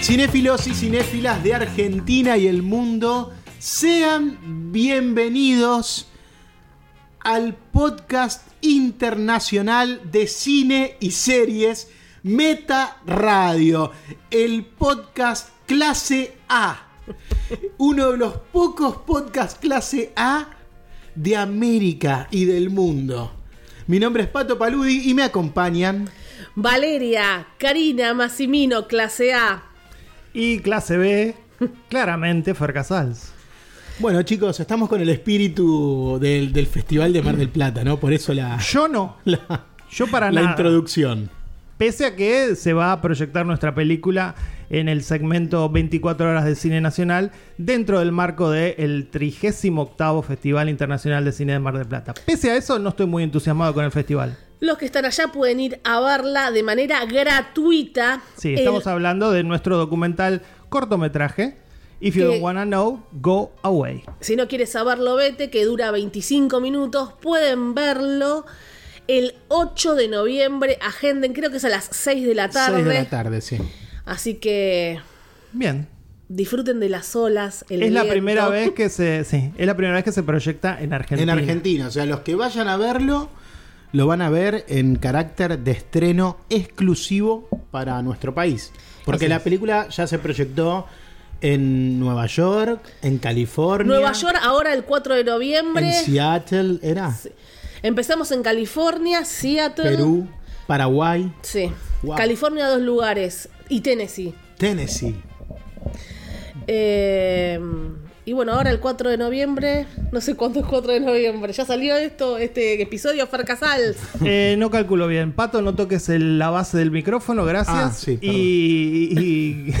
Cinéfilos y cinéfilas de Argentina y el mundo, sean bienvenidos al podcast internacional de cine y series Meta Radio, el podcast clase A. Uno de los pocos podcasts clase A de América y del mundo. Mi nombre es Pato Paludi y me acompañan Valeria, Karina, Massimino, clase A. Y clase B, claramente Fer Casals. Bueno, chicos, estamos con el espíritu del, del Festival de Mar del Plata, ¿no? Por eso la, Yo no. la, Yo para la Ah, nada. introducción. Pese a que se va a proyectar nuestra película en el segmento 24 horas de cine nacional dentro del marco del 38 Festival Internacional de Cine de Mar del Plata. Pese a eso, no estoy muy entusiasmado con el festival. Los que están allá pueden ir a verla de manera gratuita. Sí, estamos El- hablando de nuestro documental cortometraje If You Que- Don't Wanna Know, Go Away. Si no quieres saberlo, vete, que dura 25 minutos. Pueden verlo el 8 de noviembre. Agenden, creo que es a las 6 de la tarde. 6 de la tarde, sí. Así que Bien. disfruten de las olas. el es la viento. primera vez que se sí, es la primera vez que se proyecta en Argentina. En Argentina, o sea, los que vayan a verlo lo van a ver en carácter de estreno exclusivo para nuestro país. Porque Así la es. película ya se proyectó en Nueva York, en California, Nueva York, ahora el 4 de noviembre. en Seattle, era Empezamos en California, Seattle. Perú, Paraguay, Sí. Wow. California, dos lugares. Y Tennessee. Tennessee. Eh, y bueno, ahora el 4 de noviembre, no sé cuándo es 4 de noviembre, ya salió esto, este episodio Fer Casals. Eh, no calculo bien. Pato, no toques el- la base del micrófono, gracias. Ah, sí, perdón. y, y-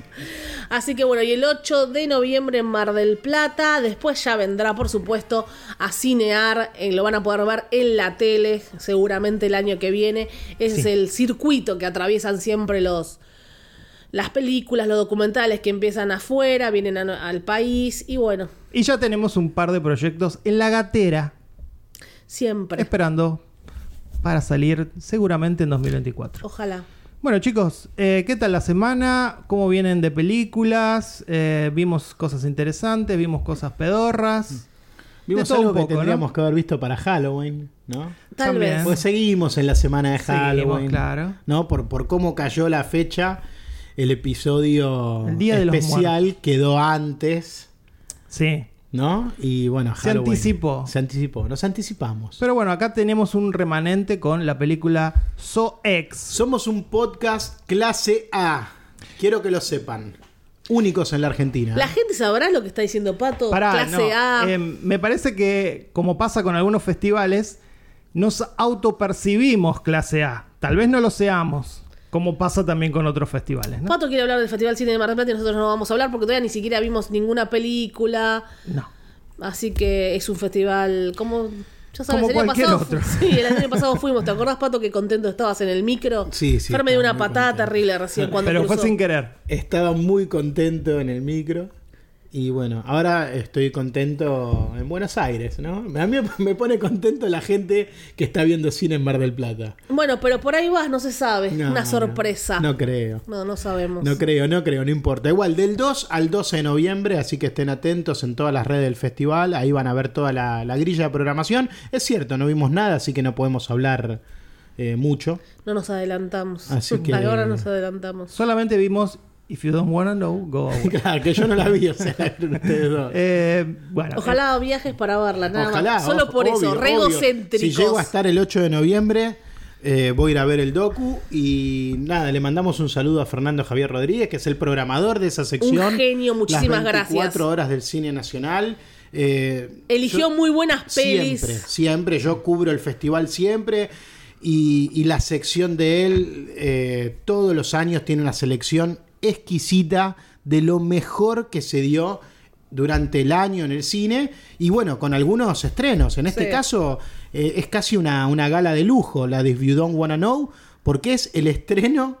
Así que bueno, y el 8 de noviembre en Mar del Plata, después ya vendrá por supuesto a cinear, eh, lo van a poder ver en la tele seguramente el año que viene. Ese es el circuito que atraviesan siempre los... Las películas, los documentales que empiezan afuera, vienen a- al país y bueno, y ya tenemos un par de proyectos en la gatera, siempre. esperando para salir seguramente en 2024. Ojalá. Bueno, chicos, eh, ¿qué tal la semana? ¿Cómo vienen de películas? Eh, vimos cosas interesantes, vimos cosas pedorras. Vimos De todo algo un que poco, ¿no? tendríamos que haber visto para Halloween, ¿no? Tal También. vez. Pues seguimos en la semana de Seguimos, Halloween. claro. ¿No? Por, por cómo cayó la fecha, el episodio El Día de los especial quedó antes, Sí. ¿no? Y bueno, Se Halloween. anticipó. Se anticipó, nos anticipamos. Pero bueno, acá tenemos un remanente con la película So Ex. Somos un podcast clase A. Quiero que lo sepan. Únicos en la Argentina. La gente sabrá lo que está diciendo Pato. Ah. Pará, clase no. A. Eh, me parece que, como pasa con algunos festivales, nos autopercibimos clase A. Tal vez no lo seamos, como pasa también con otros festivales, ¿no? Pato quiere hablar del Festival Cine de Mar del Plata y nosotros no vamos a hablar porque todavía ni siquiera vimos ninguna película. No. Así que es un festival como. Ya sabes, Como el año cualquier pasado. otro. Sí, el año pasado fuimos. ¿Te acordás, Pato, que contento estabas en el micro? Sí, sí, Fer me dio estaba una muy patada contento. terrible recién cuando Pero fue cruzó. sin querer. Estaba muy contento en el micro. Y bueno, ahora estoy contento en Buenos Aires, ¿no? A mí me pone contento la gente que está viendo cine en Mar del Plata. Bueno, pero por ahí vas, no se sabe. No, una no, sorpresa. No, No, creo. no, sabemos. No creo, no creo, no importa. Igual, del 2 al 12 de noviembre, así que estén atentos en todas las redes del festival. Ahí van a ver toda la, la grilla de programación. Es cierto, no vimos nada, así que no podemos hablar eh, mucho. No nos adelantamos. Así que- Ahora nos adelantamos. Solamente vimos If You Don't Wanna Know, Go Away. Claro, que yo no la vi, o sea, ustedes dos. Eh, bueno, Ojalá viajes para verla, nada Ojalá. más. Solo o- por eso, obvio, regocéntricos. obvio. Si llego a estar el 8 de noviembre, eh, voy a ir a ver el docu. Y nada, le mandamos un saludo a Fernando Javier Rodríguez, que es el programador de esa sección. Un genio, muchísimas Las 24 gracias. horas del cine nacional. Eh, Eligió yo- muy buenas pelis. Siempre, siempre. Yo cubro el festival siempre. Y, y la sección de él, eh, todos los años, tiene una selección exquisita de lo mejor que se dio durante el año en el cine. Y bueno, con algunos estrenos. En este Sí. caso, eh, es casi una, una gala de lujo, la de If You Don't Wanna Know, porque es el estreno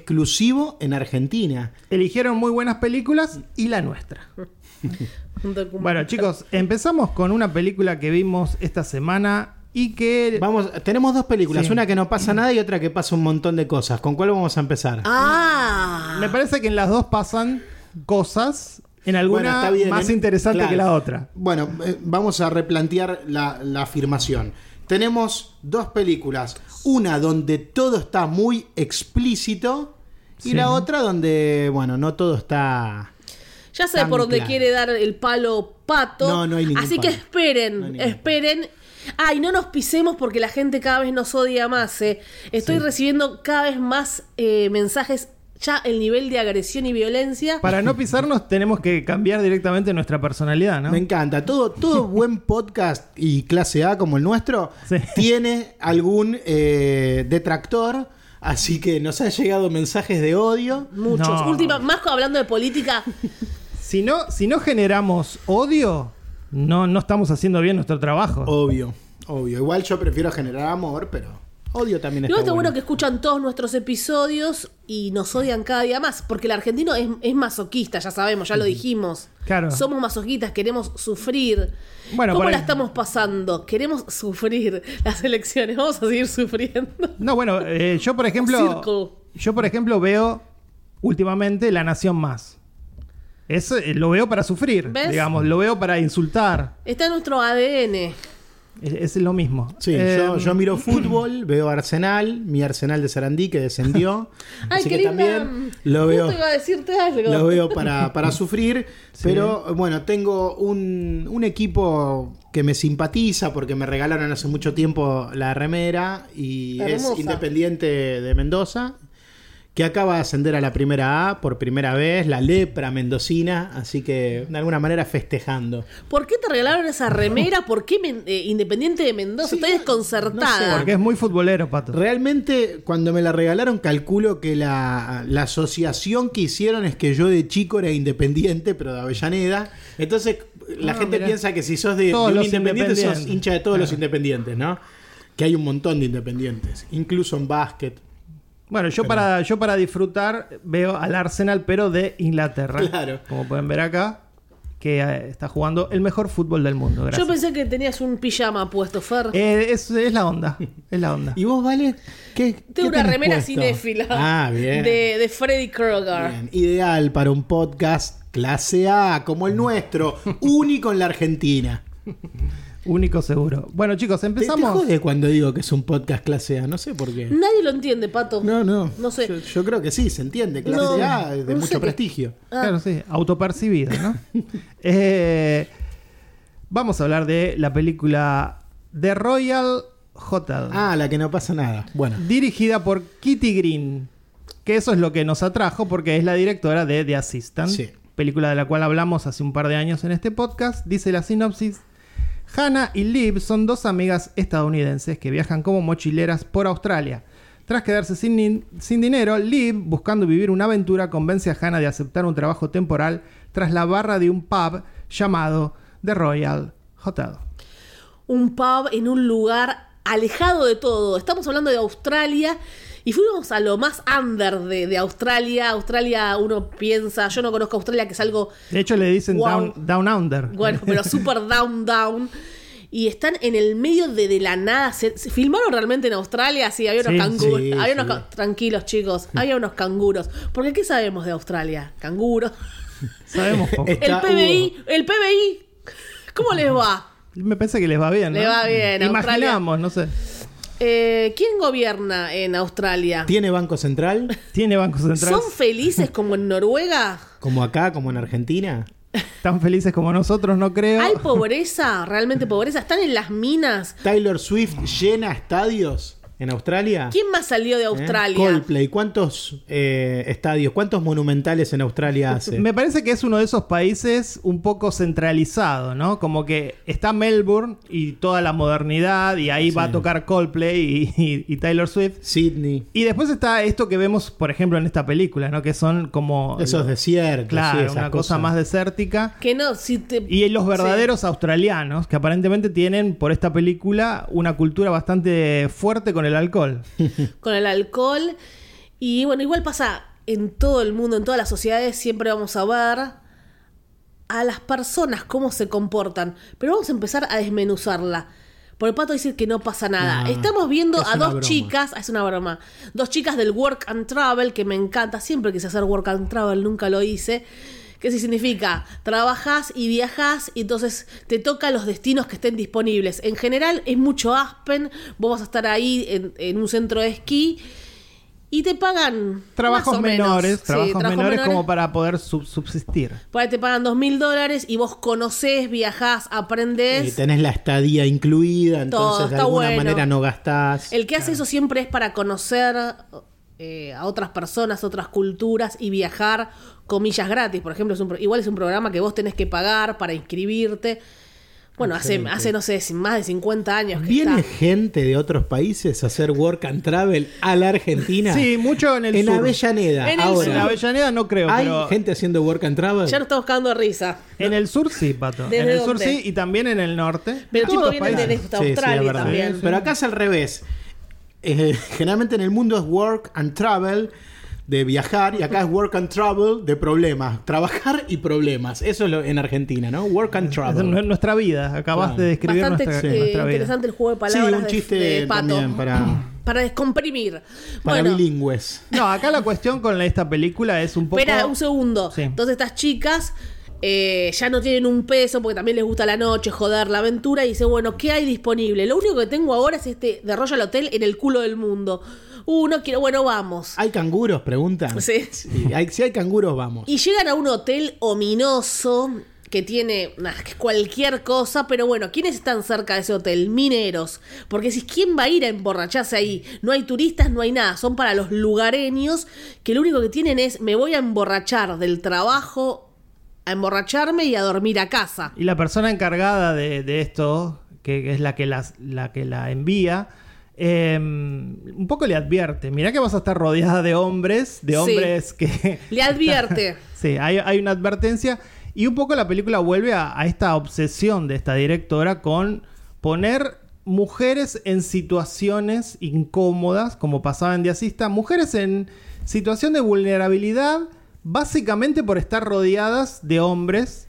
exclusivo en Argentina. eh, eligieron muy buenas películas y la nuestra. Un documental. Bueno, chicos, empezamos con una película que vimos esta semana y que... Vamos, tenemos dos películas, Sí. una que no pasa nada y otra que pasa un montón de cosas. ¿Con cuál vamos a empezar? Ah. Me parece que en las dos pasan cosas, en alguna Bueno, está bien, más en- este interesante claro. que la otra. Bueno, eh, vamos a replantear la, la afirmación. Tenemos dos películas, una donde todo está muy explícito y Sí. la otra donde, bueno, no todo está... Ya sé Tan por dónde claro. quiere dar el palo pato. No, no hay ningún Así que palo. esperen, No hay ningún esperen. Ay, no nos pisemos porque la gente cada vez nos odia más. eh. Estoy recibiendo cada vez más eh, mensajes. Ya el nivel de agresión y violencia. Para no pisarnos tenemos que cambiar directamente nuestra personalidad, ¿no? Me encanta. Todo, todo buen podcast y clase A como el nuestro Sí. tiene algún eh, detractor, así que nos han llegado mensajes de odio. Muchos. No. Última, más co- hablando de política. Si no, si no generamos odio, no, no estamos haciendo bien nuestro trabajo. Obvio, obvio. Igual yo prefiero generar amor, pero odio también Luego está está bueno bueno. que escuchan todos nuestros episodios y nos odian cada día más. Porque el argentino es, es masoquista, ya sabemos, ya lo dijimos. Claro. Somos masoquistas, queremos sufrir. Bueno, ¿Cómo para- la estamos pasando? Queremos sufrir las elecciones. Vamos a seguir sufriendo. No, bueno, eh, yo por circo. ejemplo, yo por ejemplo veo últimamente La Nación Más. Eso eh, lo veo para sufrir, ¿Ves? digamos, lo veo para insultar. Está en nuestro ADN. Es, es lo mismo. Sí, Eh, yo, Em. yo miro fútbol, veo Arsenal, mi Arsenal de Sarandí que descendió. Ay, así qué que linda. también lo Justo veo, iba a decirte algo. lo veo para, para sufrir. Pero bueno, tengo un, un equipo que me simpatiza porque me regalaron hace mucho tiempo la remera y es Hermosa. independiente de Mendoza. Que acaba de ascender a la primera A por primera vez, la lepra mendocina, así que de alguna manera festejando. ¿Por qué te regalaron esa remera? ¿Por qué Men- eh, Independiente de Mendoza? Sí, Estoy no- desconcertada. no sé. Porque es muy futbolero, Pato. Realmente, cuando me la regalaron, calculo que la, la asociación que hicieron es que yo de chico era independiente, pero de Avellaneda. Entonces, la Ah, gente mirá. piensa que si sos de, de Todos un los independiente, sos independientes. hincha de todos los Claro. independientes, ¿no? Que hay un montón de independientes, incluso en básquet. Bueno, yo para, yo para disfrutar veo al Arsenal, pero de Inglaterra. Claro. Como pueden ver acá, que eh, está jugando el mejor fútbol del mundo. Yo Gracias. pensé que tenías un pijama puesto, Fer. Eh, es, es la onda. Es la onda. ¿Y vos, Vale? ¿Qué, qué Tengo una tenés remera puesto? cinéfila Ah, bien. De, de Freddy Krueger. Bien, Ideal para un podcast clase A, como el nuestro, único en la Argentina. Único seguro. Bueno, chicos, Te, te empezamos. jode cuando digo que es un podcast clase A, no sé por qué. Nadie lo entiende, Pato. No, no. Oh, No sé. Yo, yo creo que sí, se entiende. Clase No, A es de no sé mucho qué- prestigio. Ah. Claro, sí, autopercibido, ¿no? Eh, vamos a hablar de la película The Royal Hotel, Ah, la que no pasa nada. Bueno. dirigida por Kitty Green, que eso es lo que nos atrajo porque es la directora de The Assistant, Sí. película de la cual hablamos hace un par de años en este podcast, dice la sinopsis. Hannah y Liv son dos amigas estadounidenses que viajan como mochileras por Australia. Tras quedarse sin, nin- sin dinero, Liv, buscando vivir una aventura, convence a Hannah de aceptar un trabajo temporal tras la barra de un pub llamado The Royal Hotel. un pub en un lugar alejado de todo. Estamos hablando de Australia y fuimos a lo más under de, de Australia. Australia, uno piensa, yo no conozco Australia, que es algo, De hecho, le dicen Wow. down, down Under. bueno, pero super down, down. Y están en el medio de, de la nada. ¿Se, se filmaron realmente en Australia? Sí, había unos Sí, canguros. sí, había unos sí. ca- Tranquilos, chicos. Había unos canguros. Porque ¿qué sabemos de Australia? Canguros. Sabemos poco. Eh, El Está- PBI. El PBI. ¿Cómo les va? Me parece que les va bien. ¿no? Le va bien, Australia. Imaginamos, no sé. Eh, ¿Quién gobierna en Australia? ¿Tiene Banco Central? Tiene bancos centrales ¿Son felices como en Noruega? Como acá, como en Argentina. tan felices como nosotros, no creo. ¿Hay pobreza? ¿Realmente pobreza? ¿Están en las minas? Taylor Swift llena estadios en Australia. ¿Quién más salió de ¿Eh? Australia? Coldplay, ¿cuántos eh, estadios, cuántos monumentales en Australia hace? Me parece que es uno de esos países un poco centralizado, ¿no? Como que está Melbourne y toda la modernidad y ahí va a tocar Coldplay y, y- y Taylor Swift. Sydney. Y después está esto que vemos, por ejemplo, en esta película, ¿no? Que son como... Esos desiertos. Claro, sí, esas una cosa cosas. más desértica. que no, si te... Y los verdaderos australianos, que aparentemente tienen, por esta película, una cultura bastante fuerte con el alcohol. sí, con el alcohol. Y bueno, igual pasa en todo el mundo, en todas las sociedades, siempre vamos a ver a las personas cómo se comportan. Pero vamos a empezar a desmenuzarla. Por el pato dice que no pasa nada. Ah. No, Estamos viendo es a una dos broma. chicas, es una broma, dos chicas del Work and Travel, que me encanta, siempre quise hacer Work and Travel, nunca lo hice. ¿Qué sí significa? Trabajas y viajas y entonces te toca los destinos que estén disponibles. En general es mucho Aspen, vos vas a estar ahí en, en un centro de esquí y te pagan Trabajos más o menos. menores, Sí, trabajos menores como para poder sub- subsistir. por ahí te pagan dos mil dólares y vos conocés, viajás, Y aprendés. tenés la estadía incluida, entonces Todo, de está alguna bueno. manera no gastás. El que hace eso siempre es para conocer eh, a otras personas, otras culturas y viajar, comillas gratis. Por ejemplo, es un pro- igual es un programa que vos tenés que pagar para inscribirte. Bueno, hace, Excelente. hace, no sé, sin- más de 50 años que Viene está. gente de otros países a hacer work and travel a la Argentina. Sí, mucho en el en sur. Avellaneda. En el ahora. sur. En Avellaneda no creo, ¿Hay pero gente haciendo work and travel? Ya no está buscando risa. en el sur sí, Pato. ¿Desde En el sur dónde? sí y también en el norte. Pero el Todos tipo los viene países. desde Sí, sí, es Australia verdad. también. Sí, sí. Pero acá es al revés. Eh, generalmente en el mundo es work and travel de viajar y acá es work and travel de problemas. Trabajar y problemas. Eso es lo, en Argentina, ¿no? Work and Es travel. nu- nuestra vida. Acabas Claro. de describir Bastante nuestra, eh, nuestra vida. interesante el juego de Sí, palabras un de- chiste de, Pato. también para, Para descomprimir. para bueno, bilingües. No, acá la cuestión con esta película es un poco. Espera un segundo. Sí. Entonces estas chicas eh, ya no tienen un peso porque también les gusta la noche, joder, la aventura y dicen, bueno, ¿qué hay disponible? Lo único que tengo ahora es este de Royal Hotel en el culo del mundo. Uh, no quiero, bueno, vamos. ¿Hay canguros? Preguntan. Sí. Sí, hay- si hay canguros, vamos. Y llegan a un hotel ominoso que tiene nah, que cualquier cosa, pero bueno, ¿quiénes están cerca de ese hotel? Mineros. Porque si quién va a ir a emborracharse ahí, no hay turistas, no hay nada, son para los lugareños que lo único que tienen es me voy a emborrachar del trabajo, a emborracharme y a dormir a casa. Y la persona encargada de, de esto, que que es la que, las, la, que la envía, eh, un poco le advierte. Mirá que vas a estar rodeada de hombres, de Sí. hombres que... Le advierte. sí, hay, hay una advertencia. Y un poco la película vuelve a, a esta obsesión de esta directora con poner mujeres en situaciones incómodas, como pasaba en Diasista, mujeres en situación de vulnerabilidad, básicamente por estar rodeadas de hombres.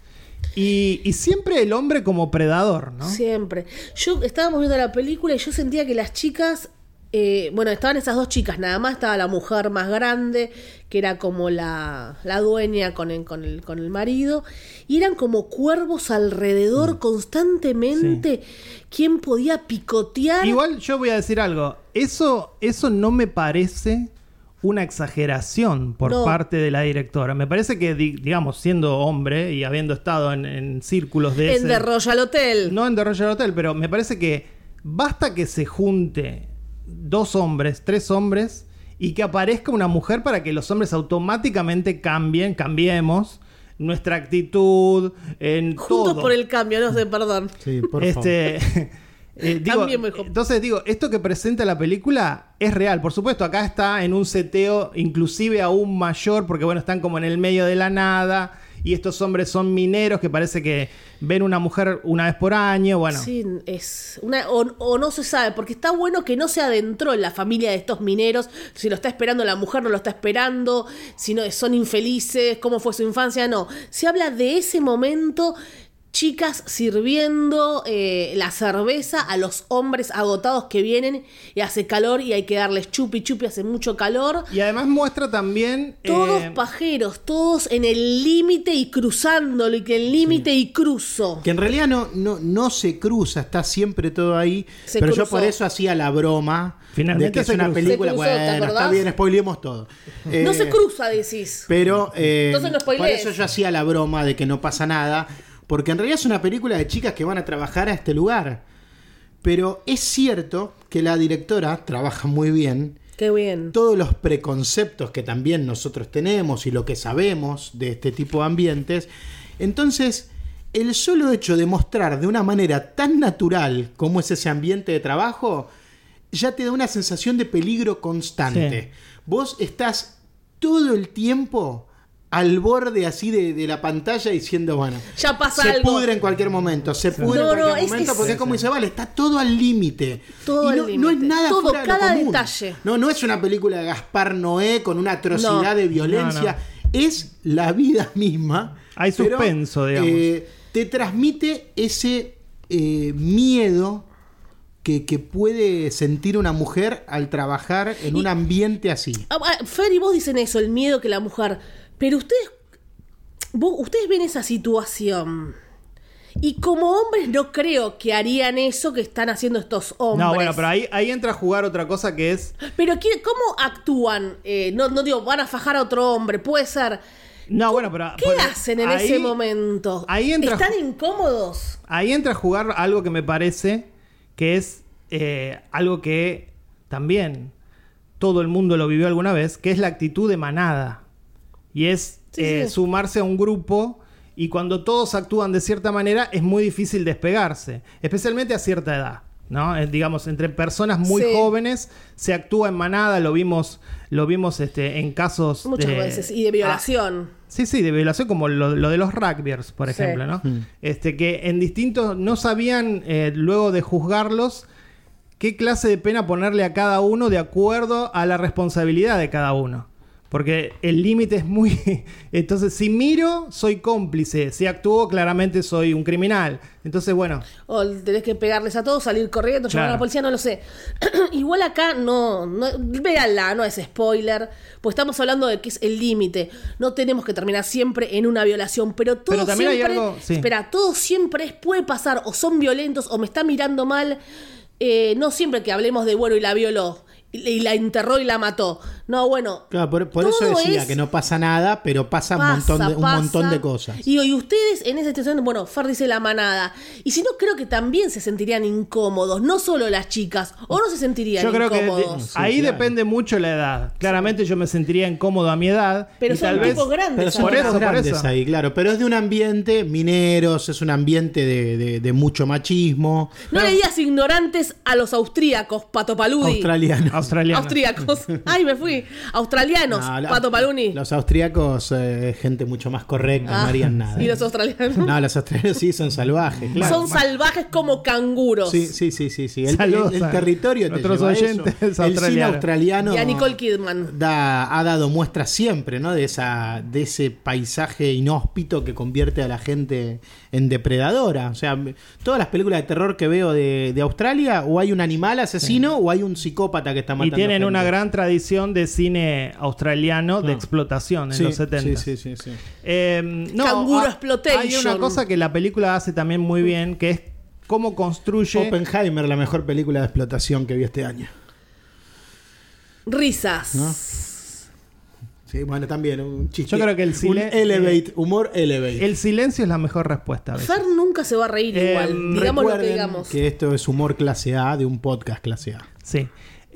Y, y siempre el hombre como predador, ¿no? Siempre. Yo estábamos viendo la película y yo sentía que las chicas. eh, bueno, estaban esas dos chicas, nada más estaba la mujer más grande, que era como la, la dueña con el, con, el, con el marido, y eran como cuervos alrededor Mm. constantemente, quién podía picotear. Igual yo voy a decir algo. Eso, eso no me parece una exageración por No. parte de la directora. Me parece que, di- digamos, siendo hombre y habiendo estado en, en círculos de en ese- The Royal Hotel. no en The Royal Hotel, pero me parece que basta que se junte dos hombres, tres hombres, y que aparezca una mujer para que los hombres automáticamente cambien, cambiemos nuestra actitud, en Juntos todo. por el cambio, no sé, perdón. Sí, por favor. Este, eh, digo, También me dijo. entonces digo, esto que presenta la película es real. Por supuesto, acá está en un seteo inclusive aún mayor, porque bueno, están como en el medio de la nada. Y estos hombres son mineros que parece que ven una mujer una vez por año. Bueno, Sí, es una, o, o no se sabe, porque está bueno que no se adentró en la familia de estos mineros, si lo está esperando la mujer, no lo está esperando, si no, son infelices, cómo fue su infancia, no. Se habla de ese momento, chicas sirviendo eh, la cerveza a los hombres agotados que vienen y hace calor y hay que darles chupi chupi, hace mucho calor. y además muestra también. Todos eh, pajeros, todos en el límite y cruzándolo, y que el límite y cruzo. Que en realidad no, no, no se cruza, está siempre todo ahí. Se pero yo cruzó. por eso hacía la broma Finalmente de que es se una cruzó. película. Se cruzó, ¿te bueno, está acordás? bien, spoileemos todo. no Eh, se cruza, decís. Pero eh, Entonces no por spoilees. eso yo hacía la broma de que no pasa nada. Porque en realidad es una película de chicas que van a trabajar a este lugar. Pero es cierto que la directora trabaja muy bien Qué bien. todos los preconceptos que también nosotros tenemos y lo que sabemos de este tipo de ambientes. Entonces, el solo hecho de mostrar de una manera tan natural como es ese ambiente de trabajo, ya te da una sensación de peligro constante. Sí. Vos estás todo el tiempo al borde así de, de la pantalla diciendo, bueno, Ya pasa se algo. pudre en cualquier momento, se pudre No, en no, cualquier es- momento, es- porque es como dice, vale, está todo al límite. Todo Y al no, no es límite. nada Todo, fuera de lo cada común. detalle. No, no es una película de Gaspar Noé con una atrocidad No. de violencia. Es la vida misma. Hay pero, suspenso, digamos. eh, te transmite ese eh, miedo que, que puede sentir una mujer al trabajar en Y- un ambiente así. Ah, ah, Fer y vos dicen eso, el miedo que la mujer. Pero ustedes. vos- ustedes ven esa situación. Y como hombres no creo que harían eso que están haciendo estos hombres. No, bueno, pero ahí, ahí entra a jugar otra cosa que es. Pero ¿qué- ¿cómo actúan? Eh, no, no digo, van a fajar a otro hombre, puede ser. No, bueno, pero. ¿Qué pero hacen en ahí- ese momento? ahí entra- ¿Están incómodos? Ahí entra a jugar algo que me parece que es eh, algo que también todo el mundo lo vivió alguna vez, que es la actitud de manada. Y es Sí, eh, sí. sumarse a un grupo y cuando todos actúan de cierta manera es muy difícil despegarse, especialmente a cierta edad. ¿no? Eh, digamos, entre personas muy Sí. jóvenes se actúa en manada, lo vimos, lo vimos este, en casos Muchas de- veces. Y de Ah, violación. Sí, sí, de violación, como lo, lo de los rugbyers, por Sí. ejemplo, ¿no? Este, que en distintos, no sabían, eh, luego de juzgarlos, qué clase de pena ponerle a cada uno de acuerdo a la responsabilidad de cada uno. Porque el límite es muy... Entonces, si miro, soy cómplice. Si actúo, claramente soy un criminal. Entonces, bueno, O tenés que pegarles a todos, salir corriendo, llamar a la Claro. policía, no lo sé. Igual acá no, no, véanla, no es spoiler, pues estamos hablando de que es el límite. No tenemos que terminar siempre en una violación, pero todo Pero también hay siempre, algo- sí. espera, todo siempre es- puede pasar, o son violentos, o me está mirando mal. Eh, no siempre que hablemos de bueno y la violó, y, y la enterró y la mató. No, bueno. Claro, por, por eso todo decía es- que no pasa nada, pero pasa, un, montón de, un pasa. montón de cosas. Y, y ustedes en esa situación, bueno, Fer dice la manada. Y si no, creo que también se sentirían incómodos, no solo las chicas, o no se sentirían yo creo que de- incómodos. ahí claro. depende mucho la edad. Claramente yo me sentiría incómodo a mi edad. Pero y son tal vez... tipos grandes. Pero son Por ahora. tipos eso, por grandes eso. ahí, claro. Pero es de un ambiente mineros, es un ambiente de, de- de mucho machismo. No le digas ignorantes a los austríacos, Pato Paludi. Australiano. Australiano. Austríacos. Ay, me fui. Australianos, No, la- Pato Paluni. Los austríacos, eh, gente mucho más correcta, Ah, no harían nada. eh. Y los australianos. No, los australianos sí son salvajes, claro. Son salvajes como canguros. Sí, sí, sí, sí, sí. El, Saludos el- el a territorio te nuestros lleva a eso. oyentes El cine australianos. australiano Y a Nicole Kidman. da- ha dado muestras siempre, ¿no? De esa, de ese paisaje inhóspito que convierte a la gente en depredadora. O sea, m- todas las películas de terror que veo de, de Australia, o hay un animal asesino, o hay un psicópata que está Y matando. tienen gente. Ah. una gran tradición de cine australiano de explotación en Sí, los 70. Sí, sí, sí, sí. Eh, no, Canguro ah, exploitation. Hay una cosa que la película hace también muy bien, que es cómo construye... Oppenheimer, la mejor película de explotación que vi este año. Risas. ¿No? Sí, bueno, también un chiste. Yo creo que el un cine- elevate, humor elevate. El silencio es la mejor respuesta. a veces. Fer nunca se va a reír Eh, igual. Digamos lo que Recuerden digamos. que esto es humor clase A de un podcast clase A. Sí.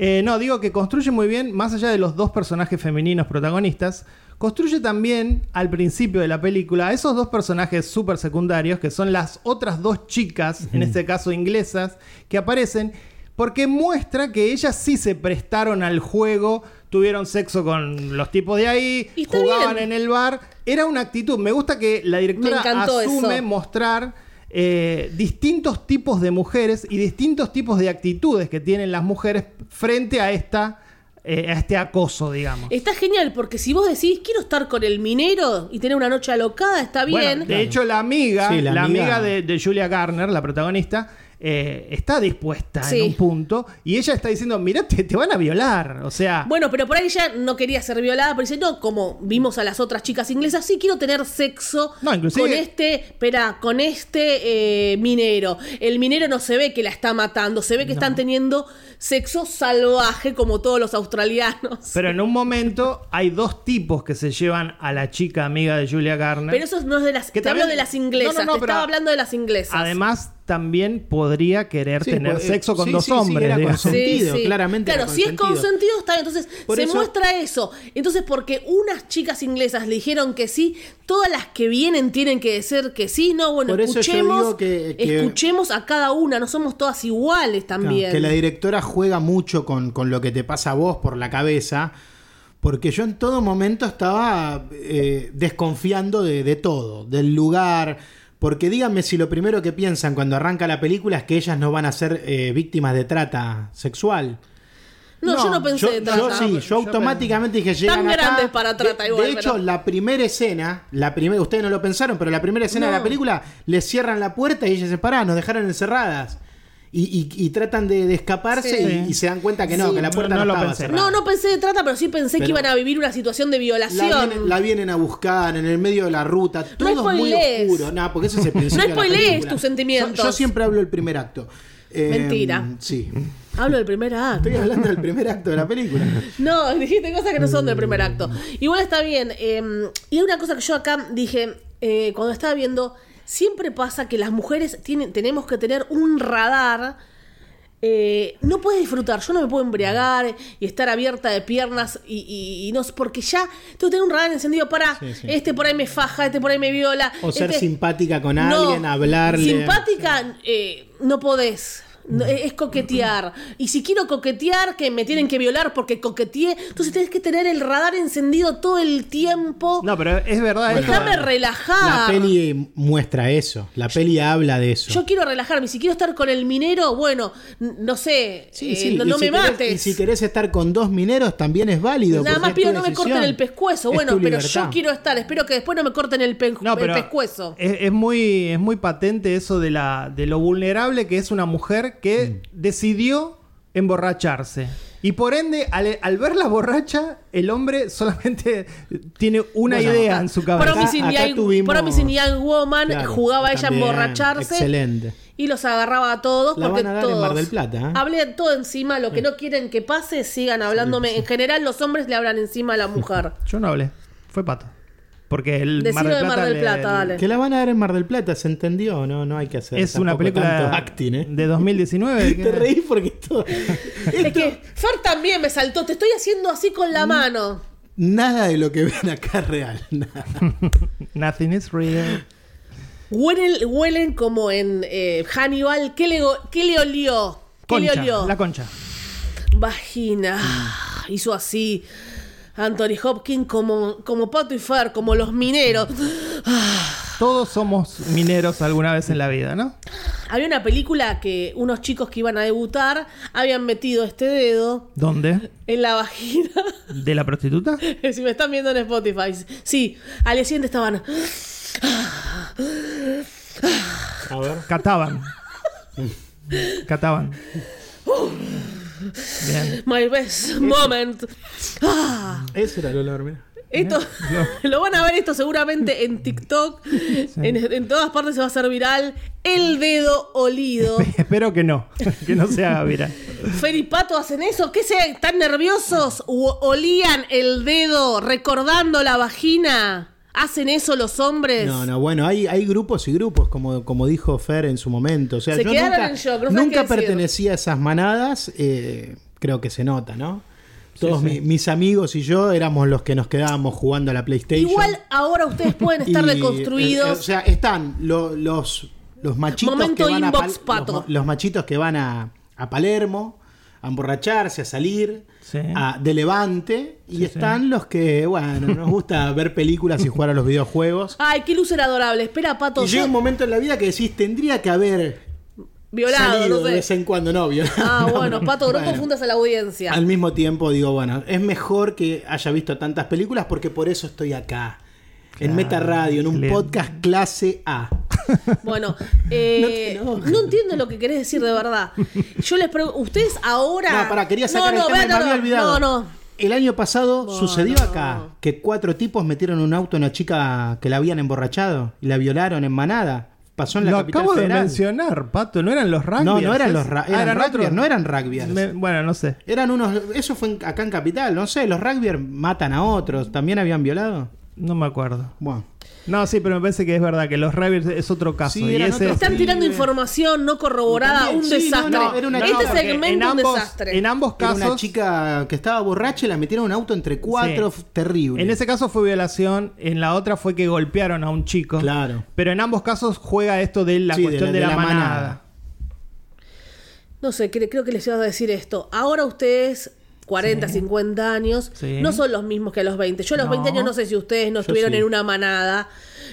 Eh, no, digo que construye muy bien, más allá de los dos personajes femeninos protagonistas, construye también al principio de la película a esos dos personajes súper secundarios, que son las otras dos chicas, en este caso inglesas, que aparecen, porque muestra que ellas sí se prestaron al juego, tuvieron sexo con los tipos de ahí, Y está jugaban bien. en el bar. Era una actitud, me gusta que la directora Me encantó asume eso. mostrar eh, distintos tipos de mujeres y distintos tipos de actitudes que tienen las mujeres frente a esta eh, a este acoso, digamos. Está genial, porque si vos decís, quiero estar con el minero y tener una noche alocada, está bien. Bueno, de hecho, la amiga, Sí, la, la amiga, amiga- de, de Julia Garner, la protagonista, eh, está dispuesta Sí. en un punto y ella está diciendo, mirá, te, te van a violar. O sea, Bueno, pero por ahí ella no quería ser violada, pero dice, no, como vimos a las otras chicas inglesas, sí quiero tener sexo No, inclusive- con este, espera, con este eh, minero. El minero no se ve que la está matando, se ve que están teniendo sexo salvaje como todos los australianos. Pero, pero en un momento hay dos tipos que se llevan a la chica amiga de Julia Garner. eso no es de las... Que Te hablo también- de las inglesas, No, no, no, te pero- estaba hablando de las inglesas. Además, también podría querer Sí, tener pues, eh, sexo con sí, dos sí, sí, hombres. era digamos. consentido. claramente Claro, era si es consentido. consentido, está bien. Entonces, Por se eso- muestra eso. Entonces, porque unas chicas inglesas le dijeron que sí, todas las que vienen tienen que decir que sí. No, bueno, Por eso yo escuchemos, digo que- que- escuchemos a cada una. No somos todas iguales también. Que la directora juega mucho con, con lo que te pasa a vos por la cabeza. Porque yo en todo momento estaba eh, desconfiando de, de todo, del lugar. Porque díganme si lo primero que piensan cuando arranca la película es que ellas no van a ser eh, víctimas de trata sexual. no, yo no pensé yo, de yo trata. sí, yo, Yo automáticamente dije, llegan Tan acá. grandes para trata de, igual, de hecho, pero- la primera escena, la primera, ustedes no lo pensaron, pero la primera escena de No. la película, les cierran la puerta y ellas se paran, nos dejaron encerradas. Y, y- y tratan de, de escaparse Sí. y, y se dan cuenta que no, Sí. que la puerta No, no, no lo estaba pensé. cerrada. No, no pensé de trata, pero sí pensé que Pero- iban a vivir una situación de violación. La vienen, la vienen a buscar en el medio de la ruta, todo es muy spoilees. oscuro. No, porque eso es el principio. de la spoilees película. tus sentimientos. Yo, yo siempre hablo del primer acto. Eh, Mentira. Sí. Hablo del primer acto. Estoy hablando del primer acto de la película. No, dijiste cosas que no son del primer acto. Igual está bien. eh, y hay una cosa que yo acá dije eh, cuando estaba viendo, siempre pasa que las mujeres tienen, tenemos que tener un radar. eh, no puedes disfrutar, yo no me puedo embriagar y estar abierta de piernas y, y- y no sé, porque ya tengo que tener un radar encendido para Sí, sí. este por ahí me faja, este por ahí me viola. O ser este- simpática con No, alguien, hablarle. Simpática, eh, no podés. No, es es coquetear. Y si quiero coquetear, que me tienen que violar porque coqueteé. Entonces tenés que tener el radar encendido todo el tiempo. No, pero es verdad. esto- Déjame La relajar. peli muestra eso. La peli habla de eso. Yo quiero relajarme. Si quiero estar con el minero, bueno, n- no sé. Sí, eh, sí, no y no si me querés- mates. Y si querés estar con dos mineros, también es válido. Nada porque más es pido tu no me decisión. corten el pescuezo. Es Bueno, tu pero libertad. yo quiero estar. Espero que después no me corten el, pen- No, el pero pescuezo. Es, es muy, es muy patente eso de, la, de lo vulnerable que es una mujer que decidió emborracharse. Y por ende, al, al verla borracha, el hombre solamente tiene una Bueno, idea en su cabeza. Promising, Acá Young, tuvimos- Promising Young Woman Claro, jugaba ella a también, emborracharse. Excelente. Y los agarraba a todos La porque van a dar en todos. Mar del Plata, ¿eh? Hablé todo encima, lo que no quieren que pase, sigan hablándome. En general, los hombres le hablan encima a la mujer. Yo no hablé. Fue pato. Porque el Decilo de Mar del le- Plata, dale. Que la van a dar en Mar del Plata, ¿se entendió? No, no hay que hacer Es una tampoco película tanto acting, ¿eh? de 2019. que- Te reí porque todo. Es que Fer también me saltó, te estoy haciendo así con Mm. la mano. Nada de lo que ven acá es real. nada. Nothing is real. Huelen, huelen como en eh, Hannibal. ¿Qué le, go- qué le olió? ¿Qué le Concha, olió? la concha. Mm. Vagina. Ah, Hizo así. Anthony Hopkins como, como Pato y Fer, como los mineros. Todos somos mineros alguna vez en la vida, ¿no? Había una película que unos chicos que iban a debutar habían metido este dedo ¿Dónde? en la vagina. ¿De la prostituta? si me están viendo en Spotify. Sí, al día siguiente estaban. A ver. Cataban. Cataban. Bien. My best moment. Ah, Ese era el olor, mira. esto lo van a ver esto seguramente en TikTok. En, en todas partes se va a hacer viral. El dedo olido. Espero que no. Que no se haga viral. Fer y Pato hacen eso. ¿Qué se tan nerviosos? ¿O- ¿Olían el dedo recordando la vagina? ¿Hacen eso los hombres? No, no, bueno, hay, hay grupos y grupos, como, como dijo Fer en su momento. O sea, Se yo quedaron nunca, en shock, no saben nunca qué decir. pertenecí a esas manadas, eh, creo que se nota, ¿no? Todos mi- mis amigos y yo éramos los que nos quedábamos jugando a la PlayStation. Igual ahora ustedes pueden estar Y, eh, eh, o reconstruidos. sea, están lo- los, los machitos Momento que van a Pal- inbox, Pato. Los, ma- los machitos que van a, a Palermo a emborracharse, a salir Sí. a- de Levante y están los que, bueno, nos gusta ver películas y jugar a los videojuegos. Ay, qué lucer adorable. Espera, Pato. Y llega yo- un momento en la vida que decís, tendría que haber Violado, salido no de sé. vez en cuando, no, violado. Ah, bueno, Pato, no Bueno. confundas a la audiencia. Al mismo tiempo digo, bueno, es mejor que haya visto tantas películas porque por eso estoy acá. En Meta Radio, en un excelente. podcast clase A. Bueno, eh, No no, te enojes. entiendo lo que querés decir de verdad. Yo les pregunto, ¿ustedes ahora. No, pará, quería sacar el tema, vean, me había olvidado. No, no. El año pasado Bueno. sucedió acá que cuatro tipos metieron en un auto a una chica que la habían emborrachado y la violaron en manada. Pasó en la Lo capital acabo de federal. mencionar, Pato. No eran los rugbyers. No, no eran los ra- Ah, eran rugbyers, otros. no eran rugbyers. Me- bueno, no sé. Eran unos. Eso fue en- acá en Capital, no sé. Los rugbyers matan a otros. ¿También habían violado? No me acuerdo. Bueno. No, sí, pero me parece que es verdad que los rugbyers es otro caso. Sí, y eran ese otros. Están tirando información no corroborada, También, un sí, no, desastre. no, era una este chica que segmento es en un ambos- desastre. En ambos Era casos. una chica que estaba borracha y la metieron en un auto entre cuatro. Sí. f- Terrible. En ese caso fue violación, en la otra fue que golpearon a un chico. Claro. Pero en ambos casos juega esto de la Sí, de cuestión la- de, de la, la manada. manada. No sé, cre- creo que les ibas a decir esto. Ahora ustedes, 40, 50 años, Sí. no son los mismos que a los 20. Yo a los No. 20 años no sé si ustedes no estuvieron sí. en una manada,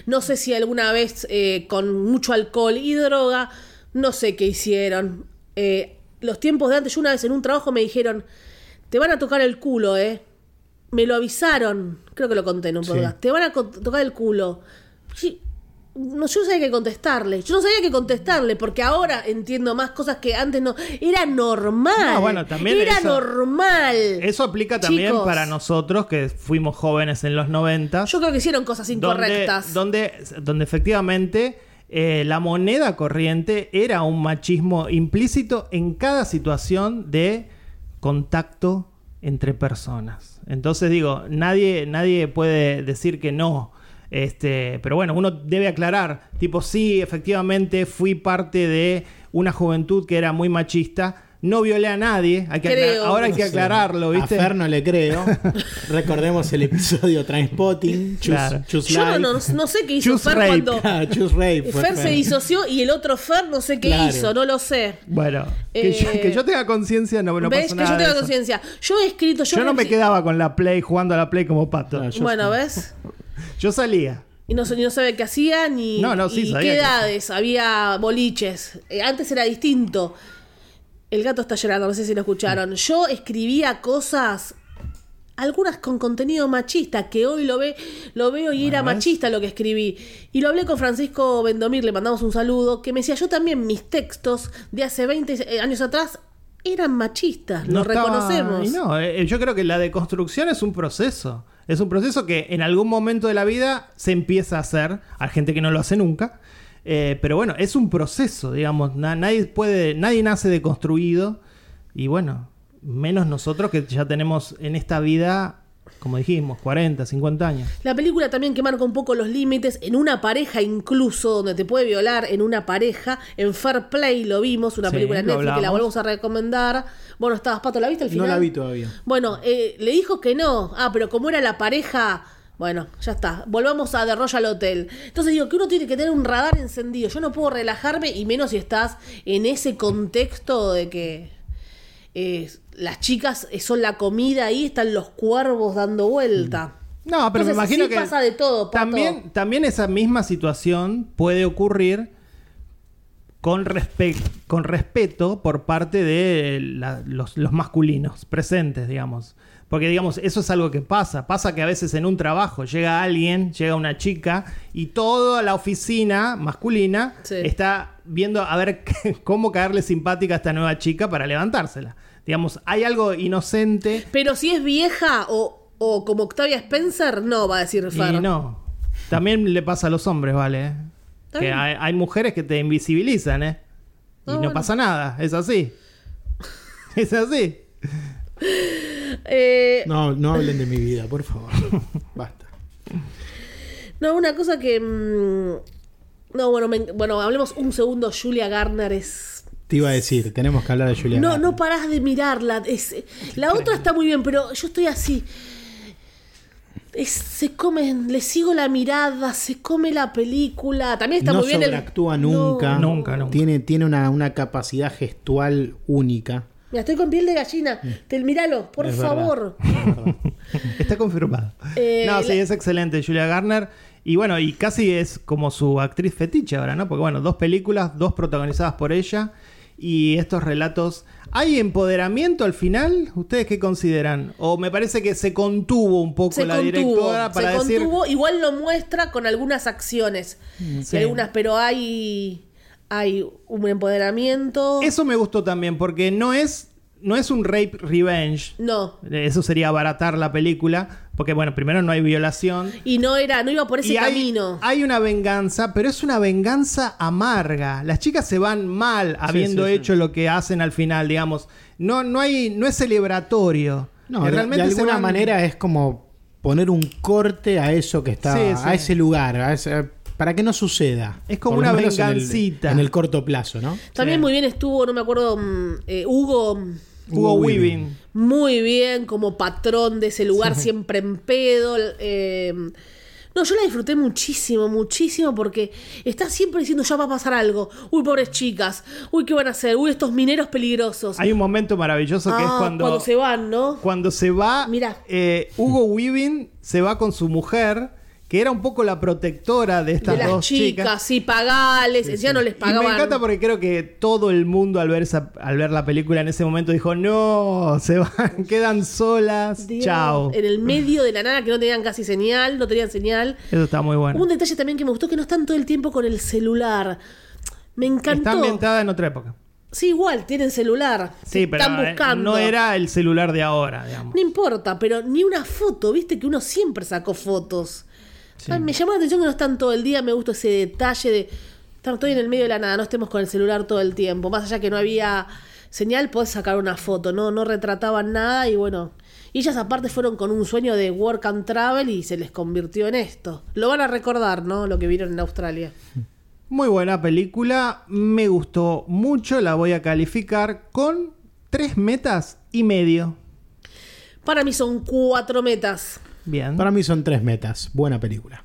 no sé si alguna vez eh, con mucho alcohol y droga, no sé qué hicieron. Eh, los tiempos de antes, yo una vez en un trabajo me dijeron, te van a tocar el culo, ¿eh? Me lo avisaron, creo que lo conté en un podcast, te van a co- tocar el culo. Sí, no, yo sabía que contestarle. Yo no sabía que contestarle, porque ahora entiendo más cosas que antes no. Era normal. No, bueno, también Era eso- normal. Eso aplica también Chicos. para nosotros que fuimos jóvenes en los 90. Yo creo que hicieron cosas incorrectas. Donde, donde, donde efectivamente eh, la moneda corriente era un machismo implícito en cada situación de contacto entre personas. Entonces digo, nadie, nadie puede decir que no. Este, pero bueno, uno debe aclarar, tipo, sí, efectivamente fui parte de una juventud que era muy machista, no violé a nadie, hay que aclarar- Creo. ahora hay que No sé. aclararlo, ¿viste? A Fer no le creo. Recordemos el episodio Transpotting. Choose, Claro. choose Yo no, Life. no- no sé qué hizo Choose Fer rape. cuando Ah, choose Rape. fue Fer se Fer. disoció y el otro Fer no sé qué Claro. hizo, no lo sé. Bueno, que, yo, Eh, que yo tenga conciencia no, no ¿Ves? pasa Que nada yo de tengo eso. conciencia. Yo he escrito. Yo, Yo no me escri- quedaba con la Play jugando a la Play como pato. No, yo- Bueno, ¿ves? Yo salía. Y no, y no sabía qué hacía ni, No, no, sí, ni sabía qué que- edades. Había boliches. Eh, antes era distinto. El gato está llorando, no sé si lo Mm. escucharon. Yo escribía cosas, algunas con contenido machista, que hoy lo, ve, lo veo y era ¿ves? machista lo que escribí. Y lo hablé con Francisco Vendomir, le mandamos un saludo, que me decía, yo también mis textos de hace 20 años atrás eran machistas, lo estaba- reconocemos. y no, eh, yo creo que la deconstrucción es un proceso. Es un proceso que en algún momento de la vida se empieza a hacer. Hay gente que no lo hace nunca. Eh, pero bueno, es un proceso, digamos. Na- nadie puede, nadie nace deconstruido. Y bueno, menos nosotros que ya tenemos en esta vida, como dijimos, 40, 50 años. La película también que marca un poco los límites en una pareja incluso, donde te puede violar en una pareja. En Fair Play lo vimos, una Sí, película de lo Netflix que la hablamos. volvemos a recomendar. Bueno, estabas pato, ¿la viste al No final? la vi todavía. Bueno, eh, le dijo que no. Ah, pero como era la pareja... Bueno, ya está. Volvamos a The Royal Hotel. Entonces digo que uno tiene que tener un radar encendido. Yo no puedo relajarme y menos si estás en ese contexto de que eh, las chicas son la comida ahí, están los cuervos dando vuelta. Mm. No, Ah, pero Entonces, me imagino sí que. pasa de todo, Pato. También, también esa misma situación puede ocurrir con, respe- con respeto por parte de la- los, los masculinos presentes, digamos. Porque, digamos, eso es algo que pasa. Pasa que a veces en un trabajo llega alguien, llega una chica, y toda la oficina masculina Sí. está viendo a ver qué- cómo caerle simpática a esta nueva chica para levantársela. Digamos, hay algo inocente. Pero si es vieja o, o como Octavia Spencer, no va a decir Fer. Y no. También le pasa a los hombres, ¿vale? ¿eh? Está Que bien. hay, hay mujeres que te invisibilizan, ¿eh? Y Ah, no bueno. pasa nada, es así. es así. Eh, no. No, no hablen de mi vida, por favor. Basta. una cosa que. mm, no, bueno, me- bueno, hablemos un segundo. Julia Garner es. Te iba a decir, tenemos que hablar de Julia. No, Garner. no parás de mirarla. es- la otra está muy bien, pero yo estoy así. Es- se comen, le sigo la mirada, se come la película. También está no muy bien el. sobreactúa No. nunca. Nunca, nunca. Tiene, tiene una, una capacidad gestual única. Mira, estoy con piel de gallina. Te, míralo, por Es verdad. favor. Está confirmado. Eh, no, sí, la- es excelente Julia Garner. Y bueno, y casi es como su actriz fetiche ahora, ¿no? Porque bueno, dos películas, dos protagonizadas por ella. Y estos relatos. ¿Hay empoderamiento al final? ¿Ustedes qué consideran? O me parece que se contuvo un poco se la contuvo, directora para se decir. Mm, contuvo, igual lo muestra con algunas acciones, y sí. algunas, pero hay hay un empoderamiento. Eso me gustó también, porque no es, no es un rape revenge. no. Eso sería abaratar la película, porque bueno, primero no hay violación. Y no era, no iba por ese y hay, camino. hay una venganza, pero es una venganza amarga. Las chicas se van mal habiendo sí, sí. hecho lo que hacen al final, digamos. No, no, hay, no es celebratorio. No, Eh, de- de se alguna van- manera es como poner un corte a eso que está, Sí, sí. a ese lugar, a ese- para que no suceda. Es como Por lo una menos en el- vengancita. En el, corto plazo, ¿no? También sí. muy bien estuvo, no me acuerdo, mm, eh, Hugo Hugo Weaving. muy bien como patrón de ese lugar, siempre en pedo. eh, no, yo la disfruté muchísimo, muchísimo, porque está siempre diciendo ya va a pasar algo. Uy, pobres chicas. Uy, ¿qué van a hacer? Uy, estos mineros peligrosos. Hay un momento maravilloso que es Ah, cuando, se van, ¿no? Cuando se va, Mirá. eh, Hugo Weaving se va con su mujer, que era un poco la protectora de estas de las dos chicas, sí, pagales, ya no les pagaban. Y me encanta porque creo que todo el mundo al ver, esa- al ver la película en ese momento dijo, no, se van, quedan solas, Dios, chao. En el medio de la nada que no tenían casi señal, no tenían señal. Eso está muy bueno. Hubo un detalle también que me gustó que no están todo el tiempo con el celular. Me Está encantó. ambientada en otra época. Sí, igual, tienen celular. Sí, pero están eh, buscando. no era el celular de ahora, digamos. No importa, pero ni una foto, viste que uno siempre sacó fotos. Ay, me llamó la atención que no están todo el día, me gustó ese detalle de estar todo en el medio de la nada, no estemos con el celular todo el tiempo. Más allá que no había señal, podés sacar una foto, no, no retrataban nada y bueno. Y ellas aparte fueron con un sueño de work and travel y se les convirtió en esto. Lo van a recordar, ¿no? Lo que vieron en Australia. Muy buena película, me gustó mucho, la voy a calificar con tres metas y medio. Para mí son cuatro metas. Bien. Para mí son tres metas. Buena película.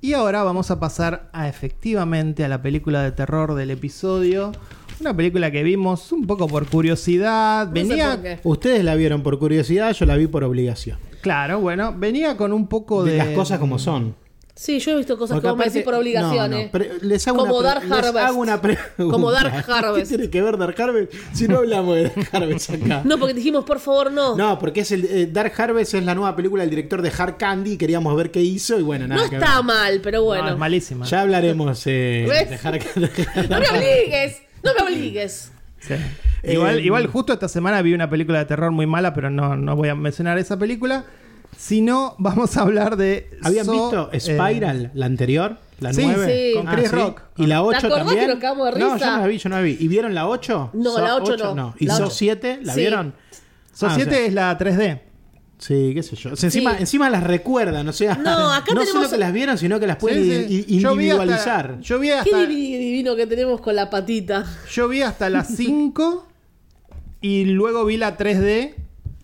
Y ahora vamos a pasar a efectivamente a la película de terror del episodio. Una película que vimos un poco por curiosidad. No sé venía. por qué. Ustedes la vieron por curiosidad, yo la vi por obligación. Claro, bueno, venía con un poco de. De las cosas como son. Sí, yo he visto cosas Porque como me aparte- decís por obligación. no, no, eh. pre- les hago como una Dark pre- Harvest. Les hago una pregunta. Como Dark Harvest. ¿Qué tiene que ver Dark Harvest si no hablamos de Dark Harvest acá? No, porque dijimos, por favor, no. No, No, porque es el eh, Dark Harvest es la nueva película del director de Hard Candy y queríamos ver qué hizo y bueno, nada que ver. está mal, pero No, bueno. es malísima. Ya hablaremos eh, ¿Ves? de Hard Candy. No me obligues, no me obligues. Sí. Igual, Eh, igual justo esta semana vi una película de terror muy mala, pero no, no voy a mencionar esa película. Si no, vamos a hablar de. ¿Habían So- visto eh, Spiral, la anterior? La Sí, 9 sí. con Ah, Chris sí. Rock. ¿Y la 8 acordás también? que nos cagamos de No, yo risa? no la vi, yo no la vi. ¿Y vieron la 8? No, la ocho no. ¿Y La So ocho. 7? ¿La Sí. vieron? So Ah, o 7 sea, es la 3D. sí, qué sé yo. O sea, encima, Sí. encima las recuerdan, o sea, No, acá no tenemos- solo que las vieron, sino que las pueden Sí, i- sí. i- Yo vi hasta- individualizar. Yo vi hasta, Qué divi- divino que tenemos con la patita. yo vi hasta la 5 y luego vi la 3D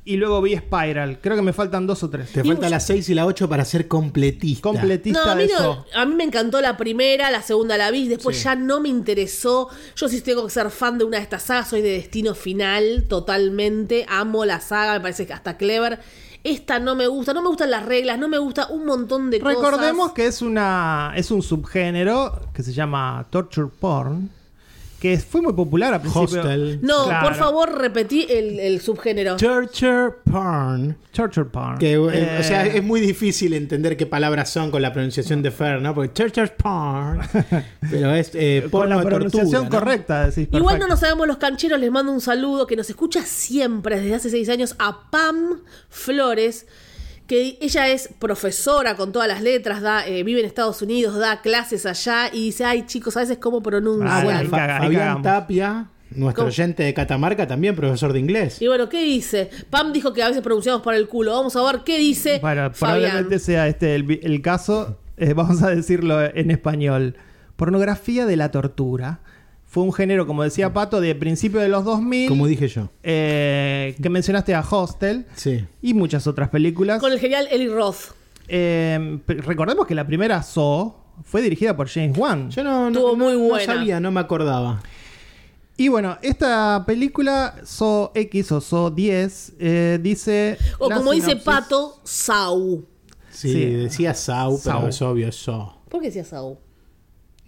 y luego vi Spiral. Creo que me faltan dos o tres. Te Y falta yo- la 6 y la 8 para ser completista. Completista No, a mí, de no- eso. a mí me encantó la primera, la segunda la vi, después Sí. ya no me interesó. Yo sí tengo que ser fan de una de estas sagas, soy de Destino Final totalmente, amo la saga, me parece que hasta clever. Esta no me gusta, no me gustan las reglas, no me gusta un montón de cosas. Recordemos que es una es un subgénero que se llama torture porn, que fue muy popular a principio. Hostel. No, Claro. por favor, repetí el, el subgénero. Torture porn. Torture porn. Que, eh, Eh, o sea, es muy difícil entender qué palabras son con la pronunciación de Fer, ¿no? Porque torture porn. pero es eh, con porno la de tortura, pronunciación ¿no? correcta, decís. Igual no perfecto. nos sabemos los cancheros, les mando un saludo que nos escucha siempre desde hace seis años a Pam Flores, que ella es profesora con todas las letras, da, eh, vive en Estados Unidos, da clases allá y dice, ay chicos, a veces cómo pronuncian. Ah, bueno, Ahí Fa- caga- ahí Fabián cagamos. Tapia, nuestro ¿Cómo? oyente de Catamarca, también profesor de inglés. Y bueno, ¿qué dice? Pam dijo que a veces pronunciamos para el culo. Vamos a ver qué dice Bueno, Fabián. probablemente sea este el, vi- el caso. eh, vamos a decirlo en español. Pornografía de la tortura. Fue un género, como decía Pato, de principio de los 2000. Como dije yo. eh, que mencionaste a Hostel Sí. y muchas otras películas. Con el genial Eli Roth. Eh, pe- recordemos que la primera Saw fue dirigida por James Wan. Yo no, no, Estuvo no- muy no buena. sabía, no me acordaba. Y bueno, esta película Saw X o Saw 10 eh, dice... O la como dice sinopsis- Pato, Sau. Sí, Sí. decía Sau, pero Sau. es obvio, es So. ¿Por qué decía Sau?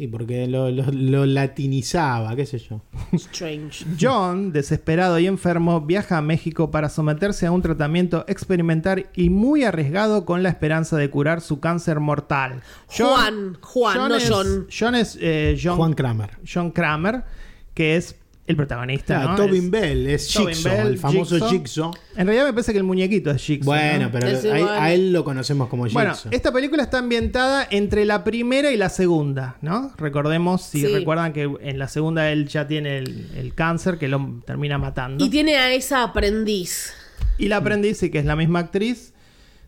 Y porque lo, lo- lo latinizaba, qué sé yo. Strange. John, desesperado y enfermo, viaja a México para someterse a un tratamiento experimental y muy arriesgado con la esperanza de curar su cáncer mortal. Juan, Juan, no es- John. John es eh, John, Juan Kramer. John Kramer, que es el protagonista. Claro, ¿no? Ah, Tobin Es- Bell, es Tobin Jigsaw, Bell, el famoso Jigsaw. Jigsaw. En realidad me parece que el muñequito es Jigsaw. Bueno, ¿no? pero Es a, igual. a él lo conocemos como Jigsaw. Bueno, esta película está ambientada entre la primera y la segunda, ¿no? Recordemos, si Sí. recuerdan que en la segunda él ya tiene el, el cáncer que lo termina matando. Y Y, tiene a esa aprendiz. la aprendiz, y que es la misma actriz,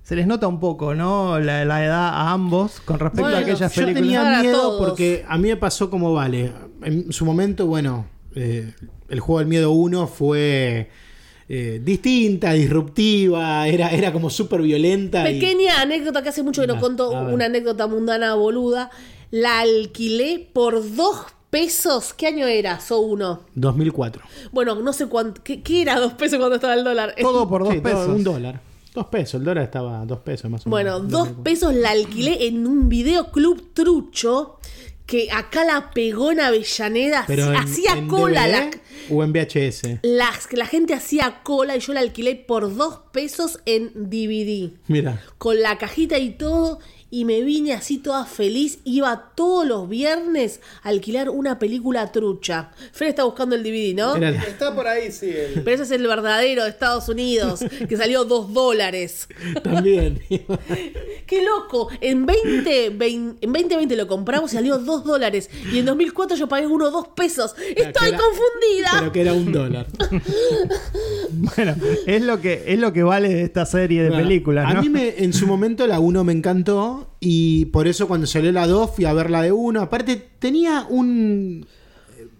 se les nota un poco, ¿no? La, la edad a ambos con respecto a Bueno, aquellas Yo películas. tenía Para miedo todos. porque a mí me pasó como vale. En su momento, bueno, eh, el juego del miedo 1 fue eh, distinta, disruptiva, era, era como súper violenta. y- Pequeña anécdota que hace mucho que no Ah, conto, a ver. una anécdota mundana boluda. La alquilé por dos pesos. ¿Qué año era? So uno. 2004. Bueno, no sé cuánto. ¿Qué, qué era dos pesos cuando estaba el dólar? Todo por dos Sí, todo, pesos. Un dólar. Dos pesos, el dólar estaba a dos pesos más o Bueno, menos. dos pesos la alquilé en un videoclub trucho que acá la pegó en Avellaneda. Pero en- hacía en cola. DVD La, O en VHS. las- la gente hacía cola y yo la alquilé por dos pesos en DVD. Mira. Con la cajita y todo. Y me vine así toda feliz. Iba todos los viernes a alquilar una película trucha. Fer está buscando el DVD, ¿no? Era la- Está por ahí, sí. el- Pero ese es el verdadero de Estados Unidos, que salió dos dólares. También. ¡Qué loco! En 2020, en 2020 lo compramos y salió 2 dólares. Y en 2004 yo pagué uno 2 pesos. ¡Estoy era- confundida! Pero que era un dólar. Bueno, es lo que, es lo que vale esta serie de Bueno, películas, ¿no? A mí me- en su momento la 1 me encantó y por eso cuando salió la 2 fui a ver la de 1. Aparte tenía un...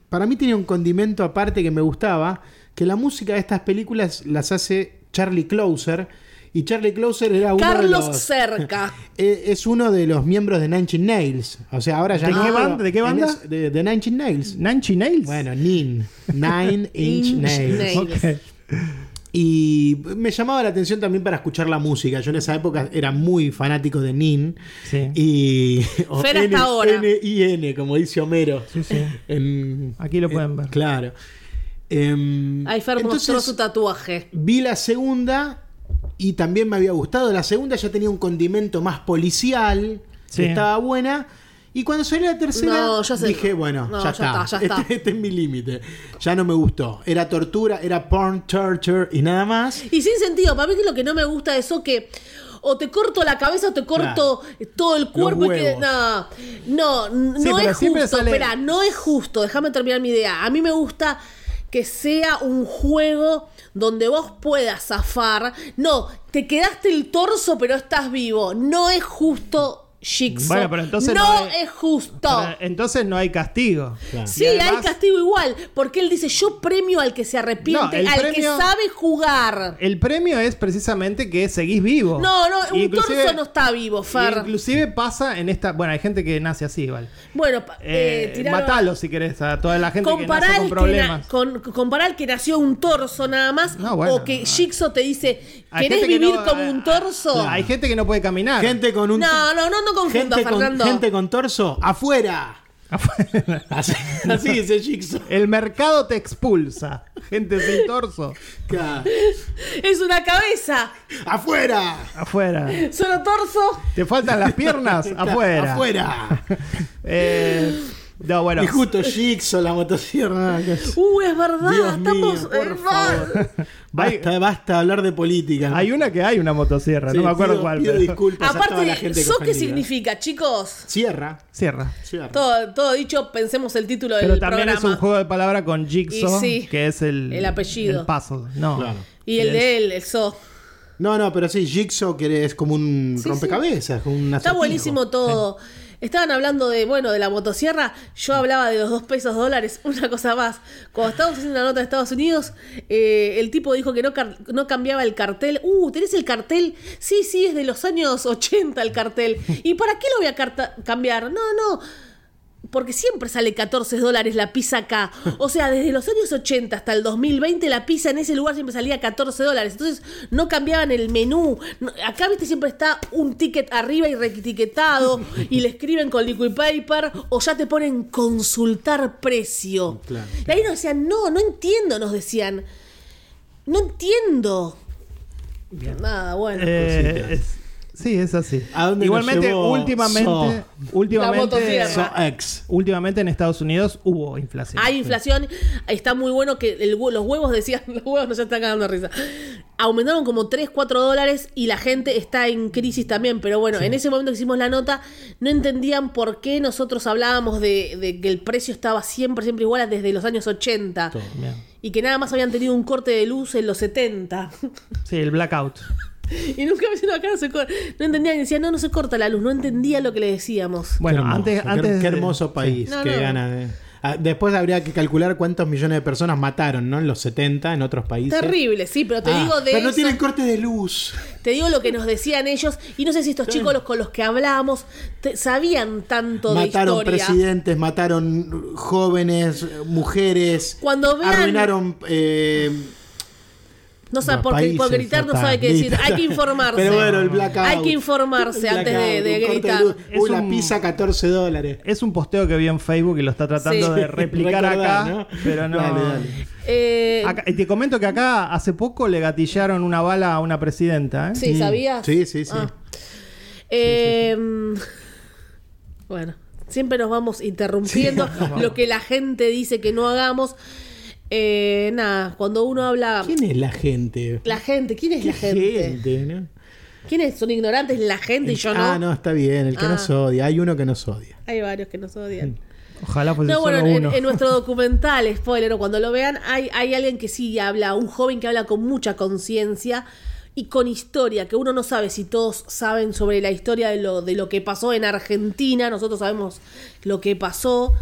Para mí tenía un condimento aparte que me gustaba, que la música de estas películas las hace Charlie Closer. Y Charlie Closer era uno de Carlos los... Cerca. eh, Es uno de los miembros de Nine Inch Nails. O sea, ahora ya ¿De no, qué pero banda- de qué en banda? es- de, de Nine Inch Nails. Nancy Nails. Bueno, Nin. Nine Inch Inch Nails. Nails. Ok. Y me llamaba la atención también para escuchar la música. Yo en esa época era muy fanático de Nin. Sí. Y. o Fer hasta N- ahora. N y N, como dice Homero. sí. En- Aquí lo pueden ver. Claro. Em, Ahí Fer mostró entonces, su tatuaje. Vi la segunda y también me había gustado. La segunda ya tenía un condimento más policial. Sí. Estaba buena. Y cuando salió la tercera, No, ya sé. dije, bueno, No, ya, ya está. está, ya está. Este, este es mi límite. Ya no me gustó. Era tortura, era porn torture y nada más. Y sin sentido, para mí que lo que no me gusta de eso que. O te corto la cabeza o te corto todo el cuerpo y que. huevos. No, no, n- Sí, no pero es siempre justo. sale- Espera, no es justo. Déjame terminar mi idea. A mí me gusta que sea un juego donde vos puedas zafar. No, te quedaste el torso, pero estás vivo. No es justo. Jigsaw. Bueno, pero entonces no, no es- es justo. Pero Entonces no hay castigo. Sí, Y además- hay castigo igual, porque él dice, yo premio al que se No, arrepiente, el al premio- que sabe jugar. El premio es precisamente que seguís vivo. No, no, un Inclusive- torso no está vivo, Fer. Inclusive pasa en esta. Bueno, hay gente que nace así, ¿vale? Bueno, pa- eh, Eh, tiraron- matalo si querés a toda la gente que Compará al nace con que na- problemas. con- compará al que nació un torso nada más, No, bueno. o que Jigsaw te dice, Hay ¿querés gente que vivir no- eh, como un torso? Hay gente que no puede caminar. Gente con un. No, no, no, no confunda, gente, con, Fernando. gente con torso, afuera. Afuera. Así, así dice Jigsaw. El mercado te expulsa. Gente sin torso. Claro. Es una cabeza, ¡Afuera! Afuera. solo torso. Te faltan las piernas. Afuera. ¡Afuera! Eh, no, bueno. Y justo Jigsaw, la motosierra. nada que hacer. Uh, es verdad, Dios mío, estamos... por eh, favor. Basta, basta hablar de política. Hay una que hay una motosierra. Sí, no me acuerdo pido- cuál. pido pero- disculpas a toda la Aparte, gente que ¿so qué ofendí, ¿eh? significa, chicos? Sierra. Sierra. Sierra. Todo, todo dicho, pensemos el título Pero del también programa. es un juego de palabra con Jigsaw, Y sí, que es el, el apellido. el puzzle. No. Claro. Y el de él, el so. No, no, pero sí, Jigsaw que es como un Sí, rompecabezas, como un Está acertijo. buenísimo todo. Estaban hablando de, bueno, de la motosierra. Mm. Yo hablaba de los dos pesos dólares. Una cosa más. Cuando estábamos haciendo la nota de Estados Unidos, eh, el tipo dijo que no, car- no cambiaba el cartel. Uh, ¿tenés el cartel? Sí, sí, es de los años 80 el cartel. ¿Y para qué lo voy a carta- cambiar? No, no. Porque siempre sale 14 dólares la pizza acá. O sea, desde los años 80 hasta el 2020 la pizza en ese lugar siempre salía 14 dólares. Entonces no cambiaban el menú. No- Acá, viste, siempre está un ticket arriba y reetiquetado y le escriben con liquid paper o ya te ponen consultar precio. Claro. Y ahí nos decían, no, no entiendo, nos decían. No entiendo. Nada, bueno. Eh, Cosita. es- sí, es así. ¿A dónde nos Igualmente, llevó últimamente, Saw? La últimamente, motosierra. So ex. últimamente en Estados Unidos hubo inflación. Hay inflación, está muy bueno que el hue- los huevos decían, los huevos no se están cagando de risa. Aumentaron como 3, 4 dólares y la gente está en crisis también, pero bueno, en ese momento que hicimos la nota no entendían por qué nosotros hablábamos de, de que el precio estaba siempre, siempre igual desde los años 80 Todo. Bien. y que nada más habían tenido un corte de luz en los 70 Sí, el blackout. y nunca me hicieron acá no se cor- no entendían, decían, no, no se corta la luz, no entendía lo que le decíamos. Qué Bueno, hermoso, antes, qué- antes Qué de- hermoso país No, que no. gana. de- Ah, Después habría que calcular cuántos millones de personas mataron, ¿no? En los 70, en otros países. Terrible, sí, pero te Ah, digo de pero no eso- tienen corte de luz. Te digo lo que nos decían ellos, y no sé si estos chicos los, con los que hablábamos te- sabían tanto mataron de historia. presidentes, mataron jóvenes, mujeres, Cuando vean- arruinaron eh, No sabe por, qué- países, por gritar, no ya sabe está, qué decir. listo. Hay que informarse. Pero bueno, el blackout. Hay que informarse El antes de, de blackout, un corte gritar. luz. Es Uy, la un- pizza 14 dólares. Es un posteo que vi en Facebook y lo está tratando Sí. de replicar Recordá, acá, ¿no? pero no. Dale, dale. Eh, Acá- y te comento que acá hace poco le gatillaron una bala a una presidenta. ¿eh? sí, ¿sabías? Sí, sí, sí. Ah. Eh, Bueno, siempre nos vamos interrumpiendo lo que la gente dice que no hagamos. Eh, nada, cuando uno habla... ¿Quién es la gente? La gente, ¿quién es la gente? gente, ¿no? ¿Quiénes son ignorantes? La gente y yo no. Ah, no, está bien. El que Ah. nos odia. Hay uno que nos odia. Hay varios que nos odian. Ojalá Pues fuese No, solo bueno, en, uno. en nuestro documental, spoiler, o cuando lo vean, hay, hay alguien que sí habla, un joven que habla con mucha conciencia y con historia, que uno no sabe si todos saben sobre la historia de lo, de lo que pasó en Argentina, nosotros sabemos lo que pasó.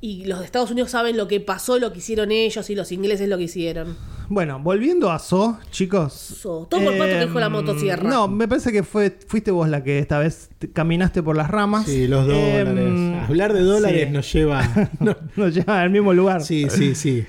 Y los de Estados Unidos saben lo que pasó, lo que hicieron ellos y los ingleses lo que hicieron. Bueno, volviendo a So, chicos. em, So, todo por cuatro que dijo la motosierra. No, me parece que fue, fuiste vos la que esta vez te- caminaste por las ramas. Sí, los Eh, dólares. Em, Hablar de dólares sí. nos lleva. No, nos lleva al mismo lugar. Sí, sí, sí.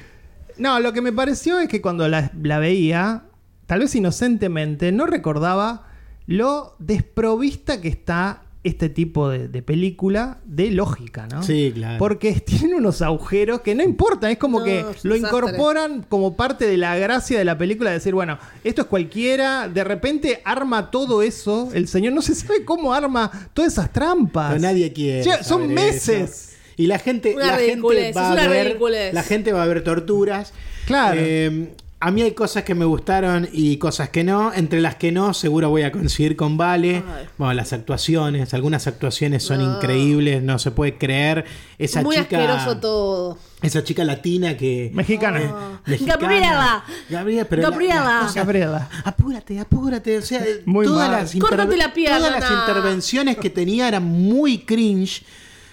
No, lo que me pareció es que cuando la, la veía, tal vez inocentemente, no recordaba lo desprovista que está este tipo de, de película de lógica, ¿no? Sí, claro. Porque tienen unos agujeros que no importa, es como No, que es lo desastre. incorporan como parte de la gracia de la película, de decir, bueno, esto es cualquiera, de repente arma todo eso, el señor no se sabe cómo arma todas esas trampas. Pero nadie quiere. Ya, son saber meses. eso. Y la gente, Una la gente ridiculez, va es a una ver, ridiculez. la gente va a ver torturas. Claro. Eh, a mí hay cosas que me gustaron y cosas que no. Entre las que no, seguro voy a coincidir con Vale. Ay. Bueno, las actuaciones, algunas actuaciones son No. increíbles, no se puede creer. Esa Muy chica, asqueroso todo. esa chica latina que Mexicana. mexicana. Gabriela. Gabriela, pero la- Gabriela. las cosas- Gabriela. Apúrate, apúrate. O sea, Muy todas, mal. las Córtate la pierna. todas las intervenciones que tenía eran muy cringe.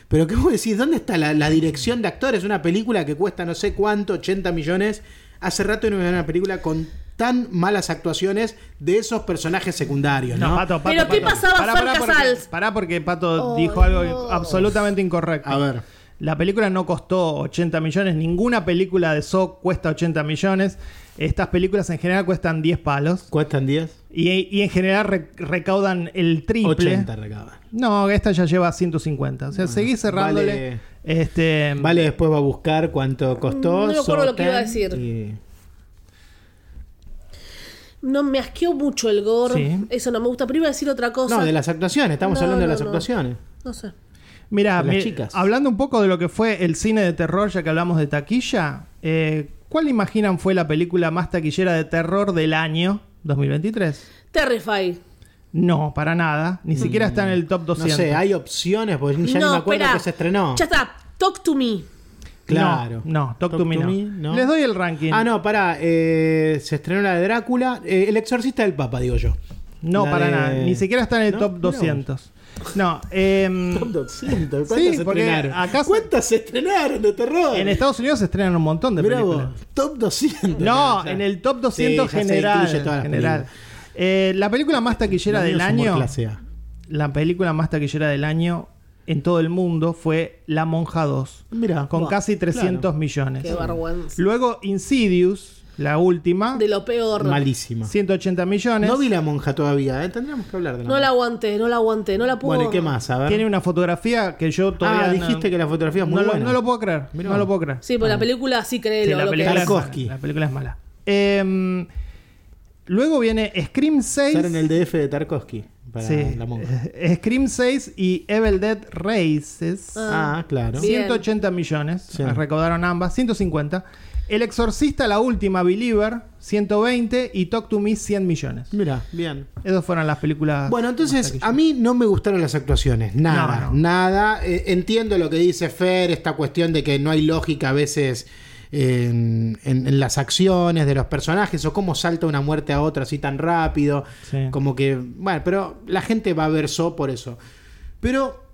Pero que vos decís, ¿dónde está la, la dirección de actores? Una película que cuesta no sé cuánto, 80 millones. Hace rato no veo una película con tan malas actuaciones de esos personajes secundarios, ¿no? No, Pato, Pato, Pero ¿qué Pato. pasaba, Fer porque- Casals? pará porque Pato Oh, dijo algo Dios. absolutamente incorrecto. A ver. La película no costó 80 millones, ninguna película de So cuesta 80 millones. Estas películas en general cuestan 10 palos ¿Cuestan 10? y, y en general re- recaudan el triple. 80 recaba. No, esta ya lleva 150. O sea, seguís cerrándole. vale. Este, Vale, después va a buscar cuánto costó. No me acuerdo lo que Sotan, iba a decir. y- No, me asqueó mucho el gore. Sí. Eso no me gusta. Pero iba a decir otra cosa. No, de las actuaciones, estamos No, hablando de no, las no. actuaciones. No sé. Mira, Las mi- chicas. hablando un poco de lo que fue el cine de terror, ya que hablamos de taquilla, eh, ¿cuál imaginan fue la película más taquillera de terror del año 2023? Terrify. No, para nada. Ni siquiera está en el top No 200. sé, hay opciones, porque ya ni me acuerdo esperá. que se estrenó. Ya está. Talk to me. Claro. No, no, Talk to Me no. Les doy el ranking. Ah, no, pará. eh, se estrenó la de Drácula. eh, el exorcista del Papa, digo yo. No, La para de- nada. Ni siquiera está en el No, top mirá 200. No, em, Top 200. ¿Cuántas Sí, se porque estrenaron? acá se- ¿Cuántas se estrenaron de terror? en Estados Unidos se estrenan un montón de Mirá películas. vos, Top 200. No, O sea, en el top sí, ya 200 se general. incluye todas las general. películas. Eh, la película más taquillera Los del míos son por año. clase A. La película más taquillera del año en todo el mundo fue La Monja 2. Mirá, con buah, casi 300 claro. millones. Qué vergüenza. Luego Insidious, la última, De lo peor. Malísima. 180 millones. No vi la monja todavía, ¿eh? tendríamos que hablar de la No monja. la aguanté, no la aguanté, no la pude. Bueno, ¿y qué más? A ver. Tiene una fotografía que yo todavía Ah, no- dijiste que la fotografía es muy no lo, buena. no lo puedo creer. No lo puedo creer. Sí, Ah. pues la película sí cree Sí, lo, la, lo que película es es. Tarkov. mala, Tarkovsky. la película es mala. Em, luego viene Scream 6. Estar en el DF de Tarkovsky para Sí. la monja. Scream 6 y Evil Dead Races. Ah, claro. Sí. Bien. 180 millones. Sí. Recaudaron ambas. 150. El Exorcista, la última, Believer, 120. Y Talk to Me, 100 millones. Mira, bien. Esas fueron las películas. Bueno, entonces a mí no me gustaron las actuaciones, nada, No, no. nada. Eh, entiendo lo que dice Fer, esta cuestión de que no hay lógica a veces en, en- en las acciones de los personajes o cómo salta una muerte a otra así tan rápido. Sí. Como que, bueno, pero la gente va a ver So por eso. Pero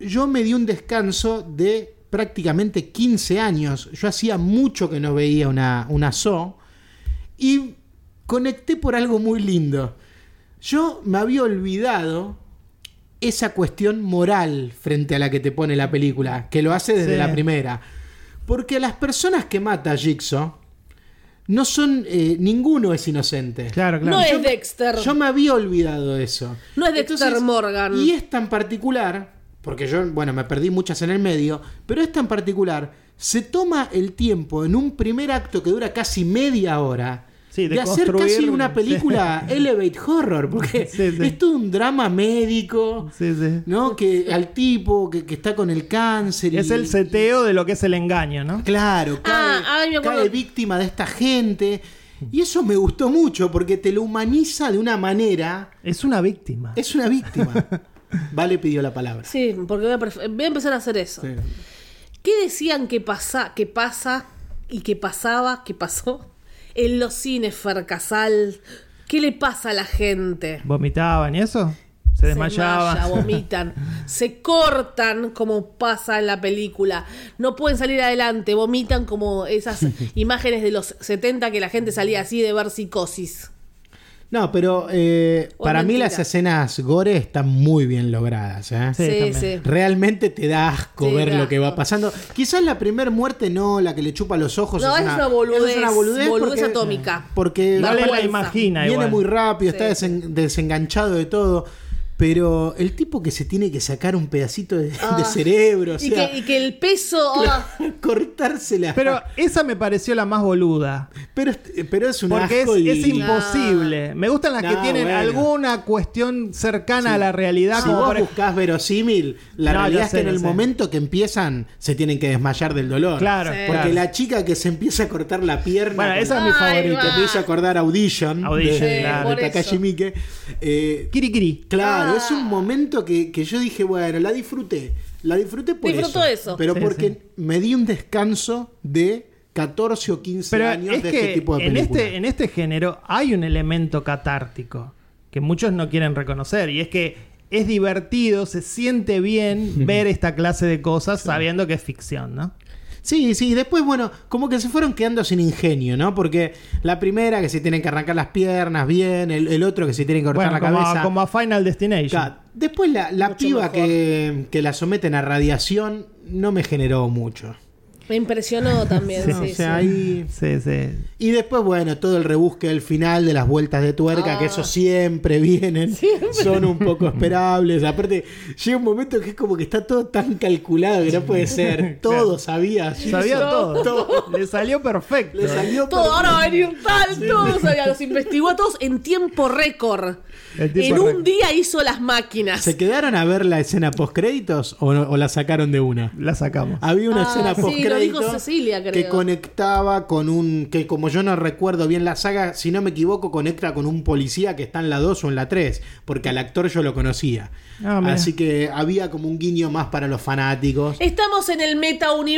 yo me di un descanso de prácticamente 15 años. Yo hacía mucho que no veía una, una So y conecté por algo muy lindo. Yo me había olvidado esa cuestión moral frente a la que te pone la película, que lo hace desde Sí. la primera. Porque a las personas que mata Jigsaw no son. eh, ninguno es inocente. Claro, claro. No es Yo me- Dexter. Yo me había olvidado de eso. No es Dexter Morgan. Y es tan particular, porque yo, bueno, me perdí muchas en el medio, pero es tan particular. Se toma el tiempo en un primer acto que dura casi media hora. Sí, de de hacer construir- casi una película Elevate Horror, porque Sí, sí. es todo un drama médico, Sí, sí. ¿no? Que al tipo que, que está con el cáncer. y- Es el seteo de lo que es el engaño, ¿no? Claro, cae, Ah, ay, me acuerdo. cae víctima de esta gente. Y eso me gustó mucho porque te lo humaniza de una manera. Es una víctima. Es una víctima. Vale pidió la palabra. Sí, porque voy a, pref- voy a empezar a hacer eso. Sí. ¿Qué decían que pasa, que pasa y que pasaba, que pasó en los cines, Fercasal? ¿Qué le pasa a la gente? ¿Vomitaban y eso? Se desmayaban. desmaya, vomitan, se cortan como pasa en la película, no pueden salir adelante, vomitan como esas imágenes de los 70 que la gente salía así de ver psicosis. No, pero eh, O para mí mentira. las escenas gore están muy bien logradas. ¿eh? Sí, Sí, también. sí. Realmente te da asco Sí, ver da lo que va asco. pasando. Quizás la primer muerte no, la que le chupa los ojos. No, es una boludez, boludez porque- atómica. Porque Dale aparte No la vergüenza. imagina viene igual. muy rápido, Sí. está desen- desenganchado de todo. Pero el tipo que se tiene que sacar un pedacito de, de Ah. cerebro, o y, sea, que, y que el peso... ah, cortársela. Pero esa me pareció la más boluda. pero, pero es un Porque es, asco y- es imposible. Me gustan las que No, tienen bueno. alguna cuestión cercana a la realidad. Si como vos por ej- buscás verosímil, la No, realidad yo es sé, que en yo el sé. momento que empiezan se tienen que desmayar del dolor. Claro, Sí. Porque claro. la chica que se empieza a cortar la pierna. Bueno, con- esa es mi Ay, favorita. Te va. empieza a acordar Audition. Audition, de, claro. de Por Takashi eso. Miike. Eh, Kirikiri. claro, Ah. es un momento que, que yo dije, bueno, la disfruté. La disfruté por Disfruto eso. eso. Pero Sí, porque sí. me di un descanso de 14 o 15 Pero años es de que este tipo de en, películas. este, en este género hay un elemento catártico que muchos no quieren reconocer y es que es divertido, se siente bien ver esta clase de cosas sabiendo que es ficción, ¿no? Sí, sí, y después, bueno, como que se fueron quedando sin ingenio, ¿no? Porque la primera que se tienen que arrancar las piernas bien, el, el otro que se tienen que cortar Bueno, la como, cabeza. a, como a Final Destination. Claro. Después la, la Mucho piba mejor. que, que la someten a radiación no me generó mucho. me impresionó también, o sí, sea, sí. ahí... Sí, sí. Y después, bueno, todo el rebusque del final de las vueltas de tuerca, Ah. que eso siempre vienen, son un poco esperables. Aparte, llega un momento que es como que está todo tan calculado que no puede ser. Todo sabía. Sabía Jason, todo. Le salió perfecto. Le salió Todo, perfecto. ahora va a venir un tal, todos, o sea, los investigó a todos en tiempo récord. En tiempo en un récord. día hizo las máquinas. ¿Se quedaron a ver la escena postcréditos o, no- o la sacaron de una? La sacamos. Había una Ah, escena sí, lo dijo postcréditos Cecilia, creo. que conectaba con un. que como yo no recuerdo bien la saga, si no me equivoco, conecta con un policía que está en la 2 o en la 3, porque al actor yo lo conocía. Ah, mira. Así que había como un guiño más para los fanáticos. Estamos en el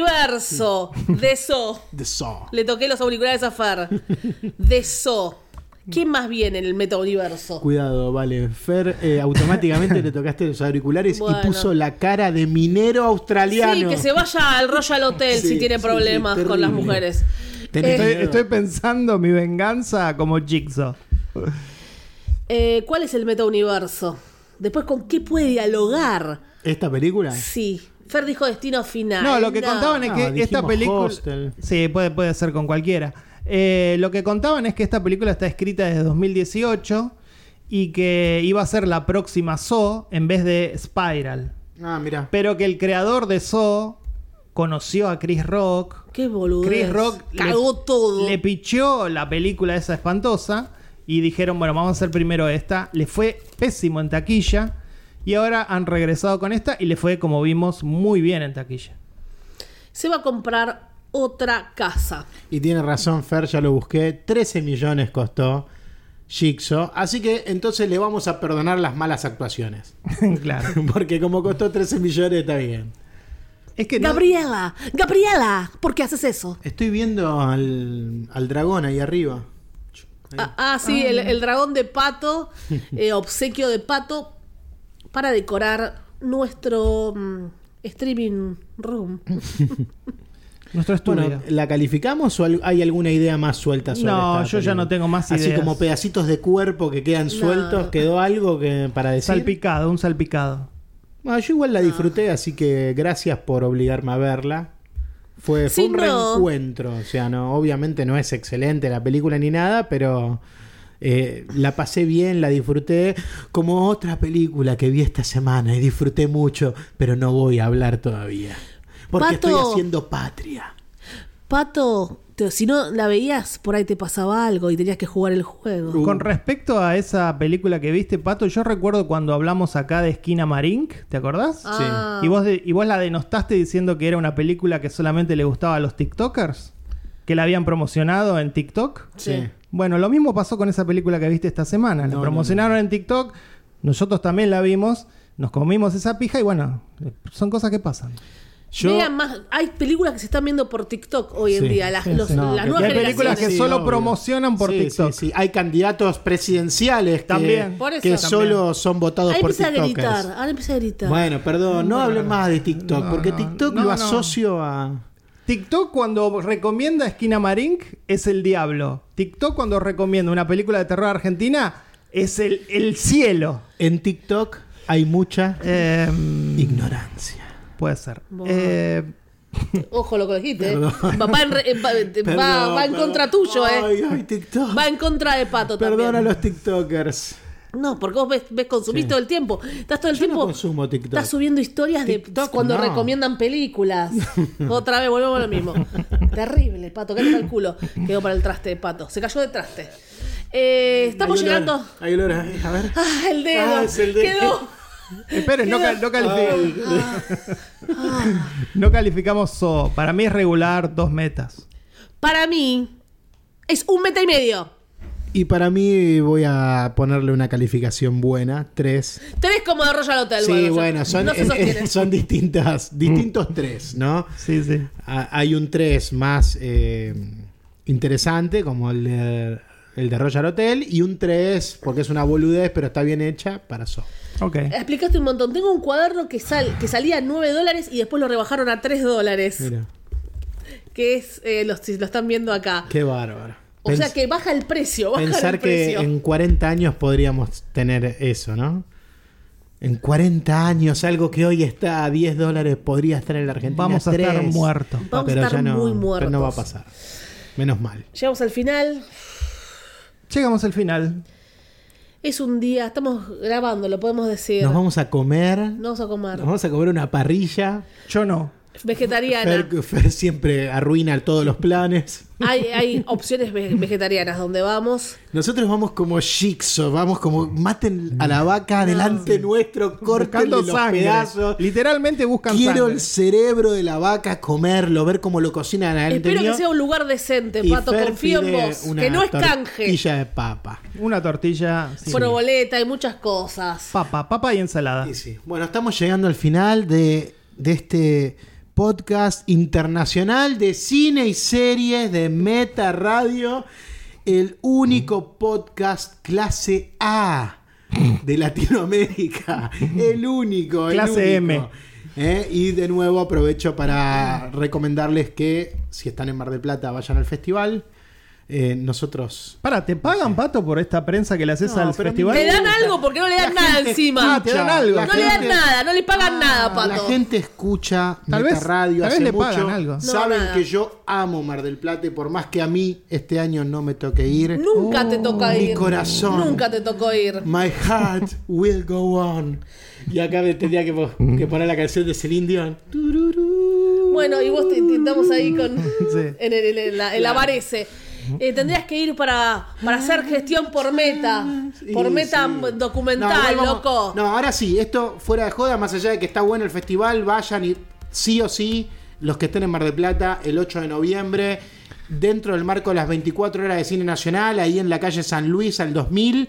metauniverso de eso. The Saw. Le toqué los auriculares a Fer. De eso. ¿Quién más viene en el metauniverso? Cuidado, vale. Fer, eh, automáticamente le tocaste los auriculares Bueno. y puso la cara de minero australiano. Sí, que se vaya al Royal Hotel Sí, si tiene sí, problemas sí, con terrible. las mujeres. Tenés Estoy, miedo. estoy pensando mi venganza como Jigsaw. Eh, ¿Cuál es el metauniverso? Después, ¿con qué puede dialogar? ¿Esta película? Sí. Fer dijo destino final. No, lo que contaban es Ah, que esta dijimos película. Hostel. Sí, puede, puede ser con cualquiera. Eh, lo que contaban es que esta película está escrita desde 2018 y que iba a ser la próxima Saw en vez de Spiral. Ah, mira. Pero que el creador de Saw conoció a Chris Rock. Qué boludez. Chris Rock le- cagó todo. Le pichó la película esa espantosa y dijeron, bueno, vamos a hacer primero esta. Le fue pésimo en taquilla y ahora han regresado con esta y le fue, como vimos, muy bien en taquilla. Se va a comprar otra casa. Y tiene razón Fer, ya lo busqué. 13 millones costó Jigsaw. Así que entonces le vamos a perdonar las malas actuaciones. claro. Porque como costó 13 millones está bien. Es que no- Gabriela, Gabriela, ¿por qué haces eso? Estoy viendo al, al dragón ahí arriba. Ah, ah, sí, el, el dragón de pato, eh, obsequio de pato, para decorar nuestro mm, streaming room. nuestro estudio. Bueno, ¿la calificamos o al- hay alguna idea más suelta sobre No, esta yo ya película? no tengo más Así ideas. como pedacitos de cuerpo que quedan sueltos, quedó algo que para decir. salpicado, un salpicado. Ah. Bueno, yo igual la disfruté, así que gracias por obligarme a verla. Fue, fue Sí, un no. reencuentro. O sea, no, obviamente no es excelente la película ni nada, pero eh, la pasé bien, la disfruté. Como otra película que vi esta semana y disfruté mucho, pero no voy a hablar todavía. Porque Pato. estoy haciendo patria. Pato, te- si no la veías, por ahí te pasaba algo y tenías que jugar el juego. Uh. Con respecto a esa película que viste, Pato, yo recuerdo cuando hablamos acá de Esquina Marink, ¿te acordás? Ah. Y vos, de- y vos la denostaste diciendo que era una película que solamente le gustaba a los TikTokers, que la habían promocionado en TikTok. Sí. Bueno, lo mismo pasó con esa película que viste esta semana. La No, no, promocionaron en TikTok, nosotros también la vimos, nos comimos esa pija y bueno, eh, son cosas que pasan. Yo- Vean más, hay películas que se están viendo por TikTok hoy en Sí, día, las, sí, los- sí. No, las que- nuevas hay películas generaciones. que solo promocionan por Sí, TikTok. sí, sí. Hay candidatos presidenciales que, También. Por eso. que solo También. son votados Ahora por empieza a TikTokers. gritar, ahora empieza a gritar. Bueno, perdón, no hable más de TikTok, No, porque no, TikTok no, lo no. asocio a. TikTok cuando recomienda Esquina Marink es el diablo. TikTok cuando recomienda una película de terror argentina es el, el cielo. En TikTok hay mucha Em, ignorancia. puede ser. Buah. Eh, Ojo lo que dijiste, eh. Perdón. va, va en, re- eh, va- te- va- Perdón, va en perdón. contra tuyo, eh. Ay, ay, TikTok. Va en contra de Pato Perdón a también. los TikTokers. No, porque vos ves, ves consumís Sí. todo el tiempo. Estás todo el Yo no tiempo. consumo TikTok. Estás subiendo historias de TikTok, cuando no. recomiendan películas. Otra vez volvemos a lo mismo. Terrible, pato, que el culo. Quedó para el traste de pato. Se cayó de traste. Eh, estamos Hay olor, llegando. Hay olor, eh, a ver. Ah, el dedo. Ah, es el dedo. Quedó. esperen, no, cal- no calific- Ay, no calificamos so. Para mí es regular dos metas. Para mí, es un meta y medio. Y para mí voy a ponerle una calificación buena, tres. Tres como de Royal Hotel. sí, o sea, bueno, son, No se sostiene. son distintas, distintos tres, ¿no? Sí, sí. Ah, Hay un 3 más eh, interesante, como el de, el de Roger Hotel, y un 3, porque es una boludez, pero está bien hecha para eso. Ok. Explicaste un montón. Tengo un cuaderno que, sal, que salía a 9 dólares y después lo rebajaron a 3 dólares. Mira, Que es, eh, los, si lo están viendo acá. qué bárbaro. O sea Pens- que baja el precio, baja el pensar que precio. en 40 años podríamos tener eso, ¿no? En 40 años, algo que hoy está a 10 dólares podría estar en la Argentina. Vamos a estar 3. muertos. Vamos a Pero estar ya no, muy Pero no va a muertos. pasar. Menos mal. Llegamos al final. Llegamos al final. Es un día, estamos grabando, lo podemos decir. Nos vamos a comer. Nos Nos vamos a comer. vamos a comer una parrilla. Yo no. Vegetariana. Fer, Fer siempre arruina todos los planes. Hay, hay opciones ve- vegetarianas donde vamos. Nosotros vamos como Jigsaw, vamos como maten a la vaca delante nuestro, corten Buscando los sangre. pedazos. Literalmente buscan Quiero sangre. el cerebro de la vaca, comerlo, ver cómo lo cocinan al Espero anterior. que sea un lugar decente, Y Pato. Fer Confío en pide vos. una Que no es canje. tortilla de papa. Una tortilla. sí. Proboleta y muchas cosas. Papa, papa y ensalada. Sí, sí. Bueno, estamos llegando al final de, de este podcast internacional de cine y series de Meta Radio, el único podcast clase A de Latinoamérica, el único, el Clase único. ¿Eh? Y de nuevo aprovecho para recomendarles que si están en Mar del Plata vayan al festival. Eh, nosotros... Para, ¿te pagan, Pato, por esta prensa que le haces No, al pero festival? Te dan algo porque no le dan nada encima. Ah, te dan algo. La No le dan gente- Ah, nada, no le pagan nada, Pato. La gente escucha Tal Meta vez- Radio tal vez hace le mucho. pagan algo. No, Saben nada. que yo amo Mar del Plata y por más que a mí este año no me toque ir, Nunca te toca Oh, mi ir. corazón. Nunca te tocó ir. my heart will go on. Y acá me tendría que, po- que poner la canción de Celine Dion. Tururú. Bueno, y vos te intentamos ahí con. Sí. En el, en el- el avarece. Eh, tendrías que ir para, para hacer gestión por meta. Por Sí, meta sí. No, documental, igual vamos- loco. No, ahora sí, esto fuera de joda, más allá de que está bueno el festival, vayan y sí o sí, los que estén en Mar del Plata, el 8 de noviembre, dentro del marco de las 24 horas de cine nacional, ahí en la calle San Luis al 2000,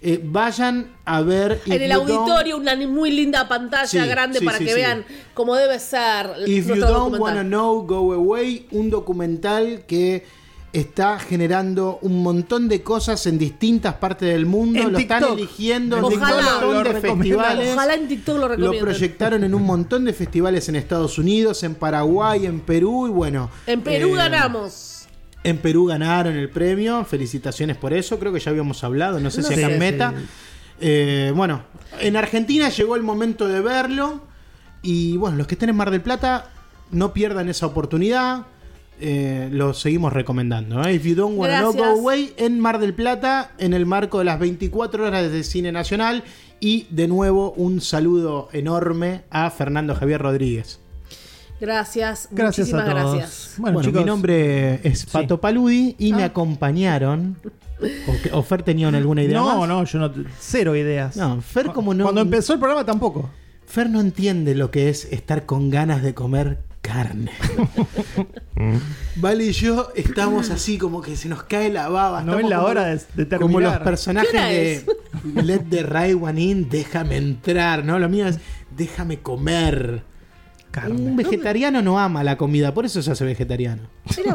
eh, vayan a ver... If En el You Don't- auditorio, una ni- muy linda pantalla Sí, grande sí, para sí, que sí. vean cómo debe ser If You nuestro Don't Wanna documental. Know, Go Away, un documental que está generando un montón de cosas en distintas partes del mundo, En lo están TikTok. eligiendo en un Ojalá. montón Lo de recomiendan. festivales. Ojalá en TikTok lo Lo recomienden. proyectaron en un montón de festivales en Estados Unidos, en Paraguay, en Perú y bueno. en Perú eh, ganamos. En Perú ganaron el premio, felicitaciones por eso, creo que ya habíamos hablado, no sé No si sé. acá Sí, en meta. sí. Eh, bueno, en Argentina llegó el momento de verlo y bueno, los que estén en Mar del Plata, No pierdan esa oportunidad. Eh, lo seguimos recomendando. ¿eh? If you don't wanna know, Gracias. go away en Mar del Plata, en el marco de las 24 horas de cine nacional. Y de nuevo, un saludo enorme a Fernando Javier Rodríguez. Gracias. Gracias muchísimas a todos. gracias. Bueno, mi nombre es Pato Paludi y me Ah. acompañaron. ¿O, que- o Fer tenían alguna idea? No, más? no, yo no. Cero ideas. No, Fer como no- Cuando empezó el programa tampoco. Fer no entiende lo que es estar con ganas de comer carne. vale y yo estamos así como que se nos cae la baba. No estamos es la como- hora de, de terminar. Como los ¿Qué personajes hora de Let the Right One In, déjame entrar, ¿no? Lo mío es déjame comer. Un Carne. vegetariano no ama la comida, por eso se hace vegetariano. Mira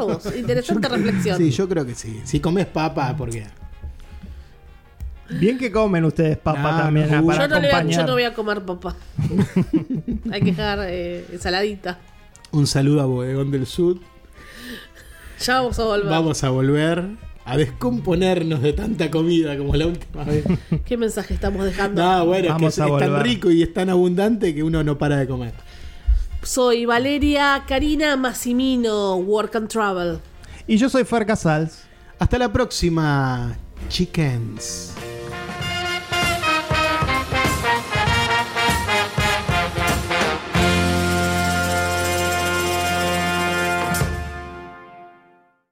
vos, interesante reflexión. Sí, yo creo que sí. Si comes papa, porque. Bien que comen ustedes, papa, No, también. no, ah, para yo, no le voy a, yo acompañar. no voy a comer papá. Hay que dejar eh, ensaladita. Un saludo a Bodegón del Sur. Ya vamos a volver. Vamos a volver a descomponernos de tanta comida como la última vez. ¿Qué mensaje estamos dejando? No, bueno, Vamos es que a es, es tan volver. rico y es tan abundante que uno no para de comer. Soy Valeria Karina Massimino, Work and Travel. Y yo soy Fer Casals. Hasta la próxima, chickens.